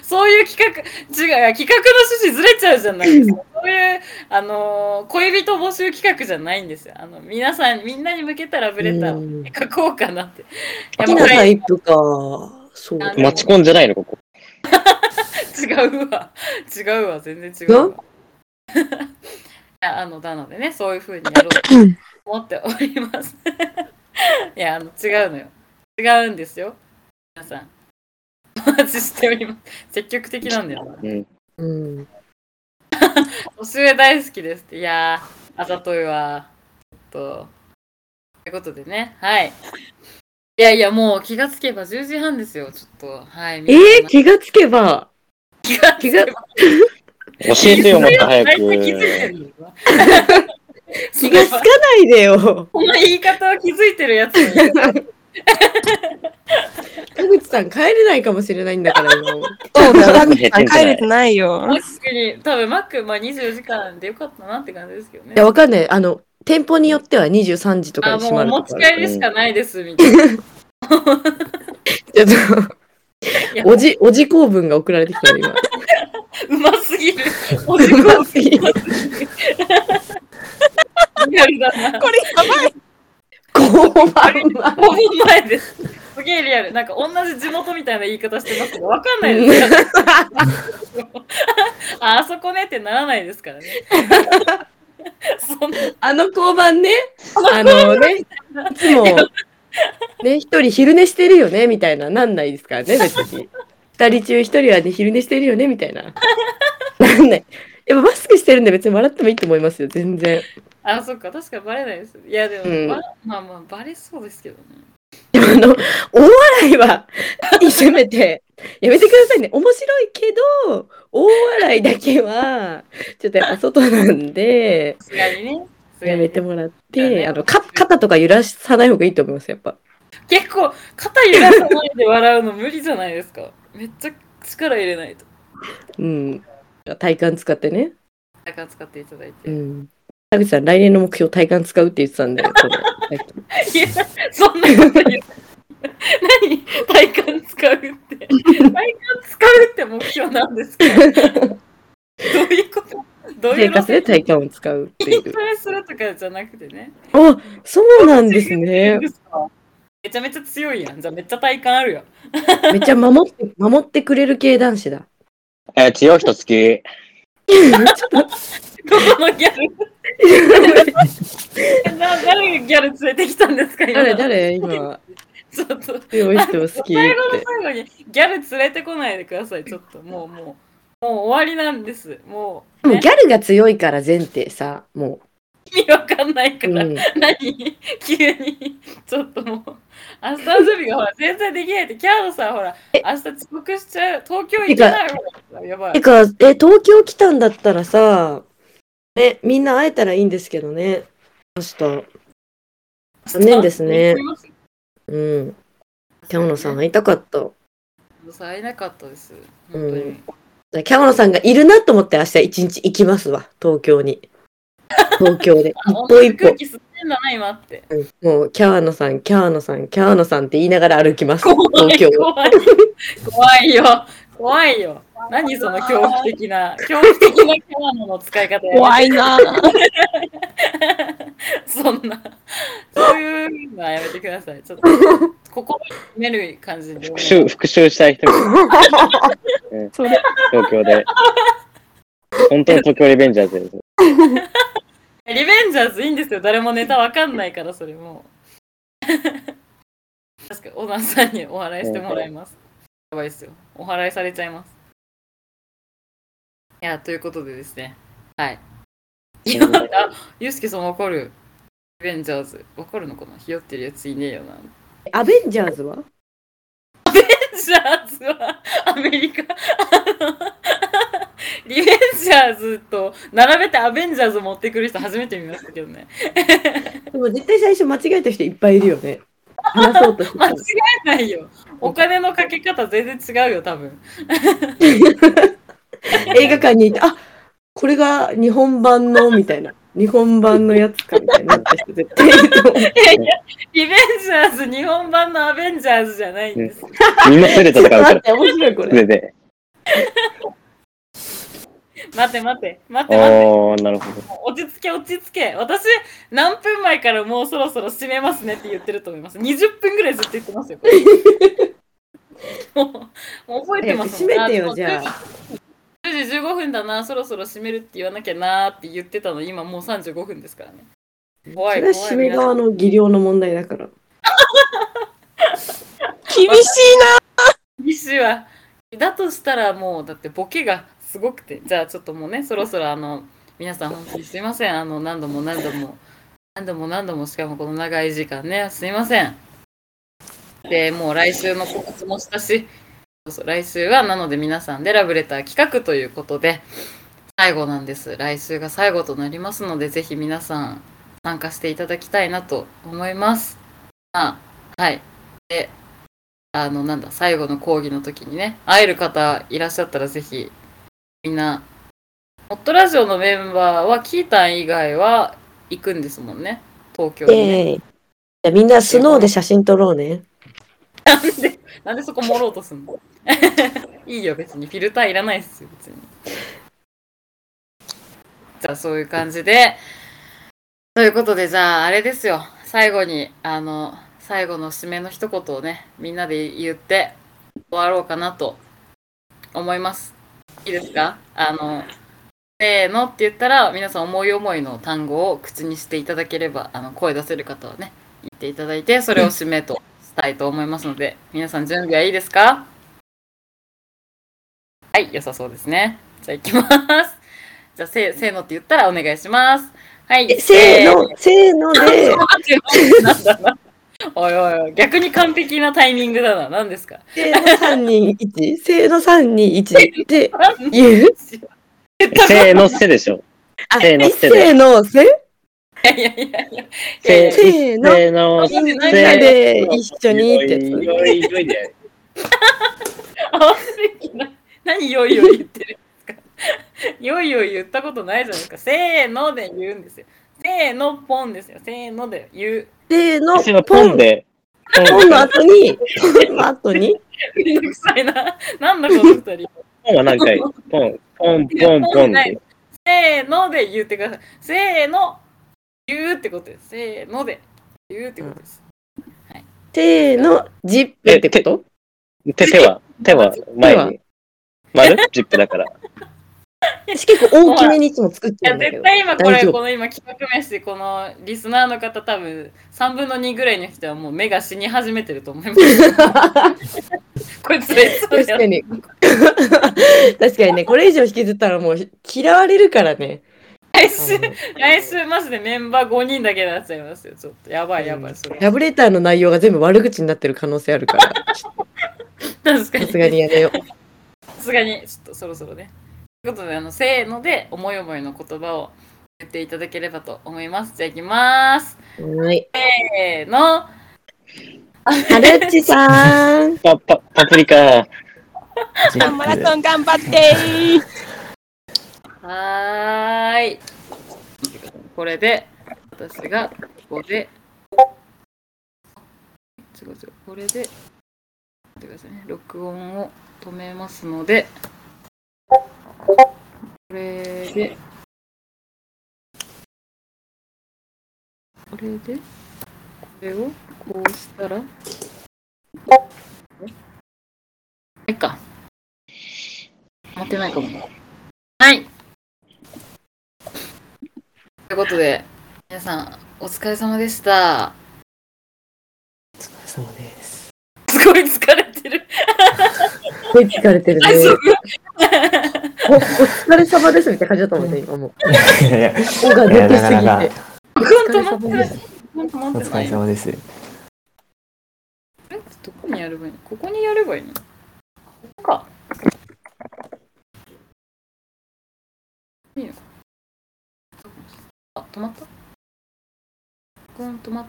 S1: そういう企画違ういや企画の趣旨ずれちゃうじゃないですかそういうあのー恋人募集企画じゃないんですよあの皆さんみんなに向けたラブレターを
S5: うん
S1: 書こうかなっていや
S5: 好き
S1: もう
S5: な
S1: こ
S5: タ
S1: れ
S5: イプか。そうだね。
S2: 持ち込んじゃないの、ここ。
S1: 違うわ違うわ全然違うわ いやあのなのでねそういうふうにやろうと思っております いやあの違うのよ違うんですよ皆さんお待ちしております積極的なんだよな
S2: うん。
S5: うん。
S1: 年上大好きですっていやーあざといわちょっとということでねはいいやいやもう気がつけば10時半ですよちょっとはい
S5: えー、気がつけば。
S1: 気が
S5: 気が
S2: 教えてよ、もっと 早く。
S1: 大体気づいてるのか
S5: 気がつかないでよ。
S1: この言い方は気づいてるやつに
S5: 田口さん帰れないかもしれないんだから今。
S3: そうだ、
S2: 減ってんじゃない
S3: 帰れてないよ
S1: マ。ックに多分マック、まあ、24時間でよかったなって感じですけどね
S5: いや、わかんない。あの、店舗によっては23時とか
S1: あ
S5: に閉ま
S1: もう持
S5: ると
S1: ち
S5: か。
S1: 帰りしかないですみたいな、
S5: ちょっと
S1: いや
S5: おじ、おじ公文が送られてきたよ、 今。
S1: うますぎるおじこ
S5: うますぎる
S1: リアルだな
S3: これやばい。
S5: 交番は
S1: ほぼ前ですすげえリアルなんか同じ地元みたいな言い方してますけどわかんないです からああそこねってならないですからね そんな
S5: あの交番ね、あのね、いつも、ね、一人昼寝してるよね、みたいな、なんないですからね、別に。二人中一人はね、昼寝してるよね、みたいな。なんない。やっぱマスクしてるんで別に笑ってもいいと思いますよ、全然。
S1: あ、そっか、確かにバレないです。いや、でも、
S5: うん
S1: ばまあまあ、バレそうですけどね。
S5: でもあの、大笑いは、せめて、やめてくださいね。面白いけど、大笑いだけは、ちょっとやっぱ外なんで、
S1: すがにね。さすが
S5: や
S1: に
S5: め
S1: ね
S5: てもらって、あの、か肩とか揺らさない方がいいと思います、やっぱ。
S1: 結構、肩揺らさないで笑うの無理じゃないですか。めっちゃ力入れないと。
S5: うん。体幹使ってね。
S1: なんか使っていただいて。
S5: う
S1: い
S5: ん。田口さん、来年の目標、体幹使うって言ってたんで、これ
S1: や、そんなこと言う。何体幹使うって。体幹使うって目標なんですかどういうことどういう
S5: 生
S1: 路
S5: 活で
S1: 線
S5: 体幹を使うってい
S1: 筋
S5: う
S1: ト。レするとかじゃなくてね。
S5: あ、そうなんですね。
S1: めちゃめちゃ強いやん。じゃあめっちゃ体感あるよ。
S5: めっちゃ守って、守ってくれる系男子だ。
S2: えー強い人好き。
S1: どこのギャル な誰がギャル連れてきたんですか今
S5: 誰誰今、
S1: ちょっと
S5: 強い人好きっ
S1: 最後の
S5: て。
S1: 最後にギャル連れてこないでください。ちょっともうもうもう終わりなんです。もう
S5: もうギャルが強いから前提さ、も
S1: 意味わかんないか
S5: う。う
S1: ら。
S5: ん、
S1: 何急にちょっともう明日遊びがほら全然できないってキャードさんほら明日遅刻しちゃう東京行けないほらやば
S5: て
S1: い。
S5: か、え、東京来たんだったらさ、ね、みんな会えたらいいんですけどね。明残念ですね日。うん。キャオノさん会いたかった。
S1: 会えなかったです。
S5: う
S1: 本
S5: ん
S1: 当に。
S5: キャオノさんがいるなと思って明日一日行きますわ。東京 に。東京で。一歩一
S1: 空
S5: 歩。
S1: 気吸ってんだな、今って。
S5: うんもう、キャーノさん、キャーノさん、キャーノさんって言いながら歩きます。
S1: 怖
S5: 東
S1: い、
S5: 京を。
S1: 怖い。怖いよ。怖いよ。何その恐怖的な、恐怖的なキャラの使い方や。
S3: 怖いなぁ。
S1: そんな、そういうのはやめてください。ちょっと、心を決める感じで。
S2: 復讐、復讐したい人がうん
S3: それ
S2: 東京で。本当に東京リベンジャーズです。
S1: リベンジャーズいいんですよ。誰もネタわかんないから、それもう。確かに、オナンさんにお祓いしてもらいます。やばいですよ。お祓いされちゃいます。いや、ということでですね。はい。いや、待ってあ、ゆうすけさんわかる。リベンジャーズ。わかるのかなひよってるやついねえよな。リ
S5: アベンジャーズは
S1: ベンジャーズはアメリカ。 リベンジャーズと並べてアベンジャーズ持ってくる人初めて見ましたけどね。
S5: でも絶対最初間違えた人いっぱいいるよね。話そうとして
S1: 間
S5: た
S1: 違えないよ。お金のかけ方全然違うよ、多分。
S5: 映画館に行って、あこれが日本版の、みたいな。日本版のやつか、みたいになった人絶対いると思う。
S1: リベンジャーズ、日本版のアベンジャーズじゃないんです。
S2: みんな素で
S5: ち
S2: 戦
S5: ょ
S2: う
S5: っ
S2: か
S5: と待っ
S2: ら。
S5: て、面白いこ
S2: 素手
S5: れ。
S2: で。
S1: 待て待て、待て待て。
S2: おー、なるほど。
S1: 落ち着け、落ち着け。私、何分前からもうそろそろ閉めますねって言ってると思います。20分ぐらいずっと言ってますよ。これもうもう覚えて
S5: 早
S1: ま
S5: く
S1: す
S5: 閉めてよ、じゃ
S1: あ
S5: あ。
S1: 10時15分だな、そろそろ閉めるって言わなきゃなーって言ってたの、今もう35分ですからね。怖
S5: そ
S1: い、
S5: れは
S1: 怖い。
S5: 締め
S1: 皆さん
S5: 側の技量の問題だから。
S3: 厳しい
S1: 西はだとしたらもうだってボケがすごくてじゃあちょっともうねそろそろあの皆さん本当にすいませんあの何度も何度も何度も何度もしかもこの長い時間ねすいませんでもう来週の告知もしたしそうそう来週はなので皆さんでラブレター企画ということで最後なんです来週が最後となりますのでぜひ皆さん参加していただきたいなと思いますまあはいであの、なんだ、最後の講義の時にね、会える方いらっしゃったらぜひ、みんな、ホットラジオのメンバーは、キータン以外は行くんですもんね、東京にね、
S5: ええ。じゃあみんなスノーで写真撮ろうね。
S1: なんでそこ盛ろうとすんの いいよ、別に。フィルターいらないっすよ、別に。じゃあ、そういう感じで。ということで、じゃあ、あれですよ。最後に、あの、最後の締めの一言をね、みんなで言って終わろうかなと思います。いいですかあの、せーのって言ったら、皆さん思い思いの単語を口にしていただければ、あの、声出せる方はね、言っていただいて、それを締めとしたいと思いますので、皆さん準備はいいですかはい、良さそうですね。じゃあ行きます。 じゃあせ、せーのって言ったらお願いします。はい
S5: え、せーの、せーので、
S1: なんだな。おいおいおい、逆に完璧なタイミングだな。何ですか
S5: せーの三人一、せーの三人一って言う。
S2: せーのせでしょ。
S5: あ
S2: せーのせで
S5: せーのせ。
S1: いやいやいやいや。
S2: せ
S5: せーの
S2: せーのせ
S5: みんなで一緒にってやつ。
S2: よいよいよいで
S1: 合わせる気ない。何よいよい言ってるんですかよいよい言ったことないじゃないですか。せーので言うんですよ。せーのポンですよ。せーので言う。
S5: せー
S2: 私
S5: の
S2: のポ
S5: ポ
S2: ン
S5: ン。
S2: で。ポ
S5: ポ
S2: ン
S5: ンの後に、ポンの後に。
S1: めんどくさいな。なんだこの二人。
S2: ポンは何回ポン、ポン、ポン、ポンって。
S1: せーので言ってください。せーの言うってことです。せーので言うってことです。
S5: せーの、ジップってこと
S2: 手、手は、手は前に。丸ジップだから。
S5: 私結構大きめにいつも作って
S1: い
S5: る
S1: や
S5: んだけ
S1: 絶
S5: ど。
S1: 対今これ
S5: 大丈夫
S1: この今企画飯このリスナーの方多分3分の2ぐらいの人はもう目が死に始めてると思いますこいつそう
S5: 確
S1: だ
S5: か
S1: よ
S5: に。確かに ね、これ以上引きずったらもう嫌われるからね。
S1: 来週来週マジでメンバー5人だけになっちゃいますよちょっとやばいやばいそれ
S5: ラブレターの内容が全部悪口になってる可能性ある から、ちょ っ
S1: 確か
S5: と
S1: に
S5: さすがにやめよう。
S1: さすがにちょっとそろそろねということであのせーので思い思いの言葉を言っていただければと思いますじゃあいきます
S5: はい。
S1: せーの
S5: はるっちさ ん。
S2: パ、パ、パプリカ。
S4: ジ
S3: あマラ
S4: ッ
S3: ソン頑張ってー
S1: はーい。これで、私がここで、すごいすごいこれで、待ってくださいね、録音を止めますので、これで、これで、これをこうしたら、えいっか。待ってないかも。はい。ということで、皆さん、お疲れ様でした。
S5: そうです。
S1: すごい疲れてる。
S5: すごい疲れてるね。おお疲れ様ですみたいな感じだと思うね、今もう。
S4: プ。いやいや
S5: おが
S4: いや
S5: 出て
S4: なかなか
S5: す
S1: 本当待ってない。本当
S4: お
S1: 待って
S4: 疲
S1: な
S4: れ
S1: い。ど
S4: 様です。
S1: こにやればいいのここにやればいいのここか。いいのか。あ、止まった録音止まっ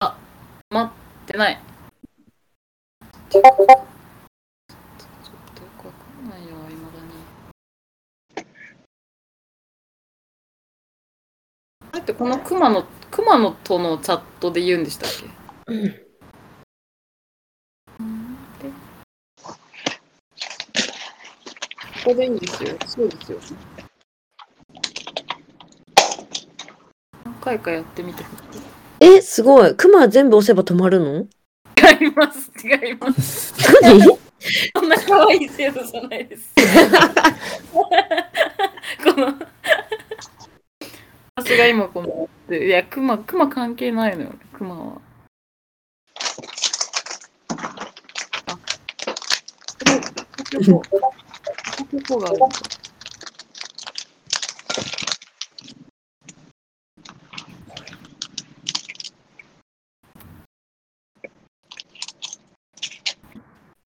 S1: あ、止まってない。ちょっとよくわかんないよ、いまだに。だってこの熊野、熊野とのチャットで言うんでしたっけここでいいんですよ。そうですよ。何回かやってみてください。
S5: ぎて。え、すごい。クマ全部押せば止まるの
S1: 違います違います
S5: 何
S1: そんな可愛い制度じゃないですこの私が今このいやクマクマ関係ないのよクマはあここここがある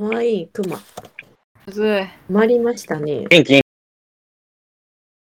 S5: かわいいクマ。
S1: むずい
S5: 止まりましたね。
S2: 元気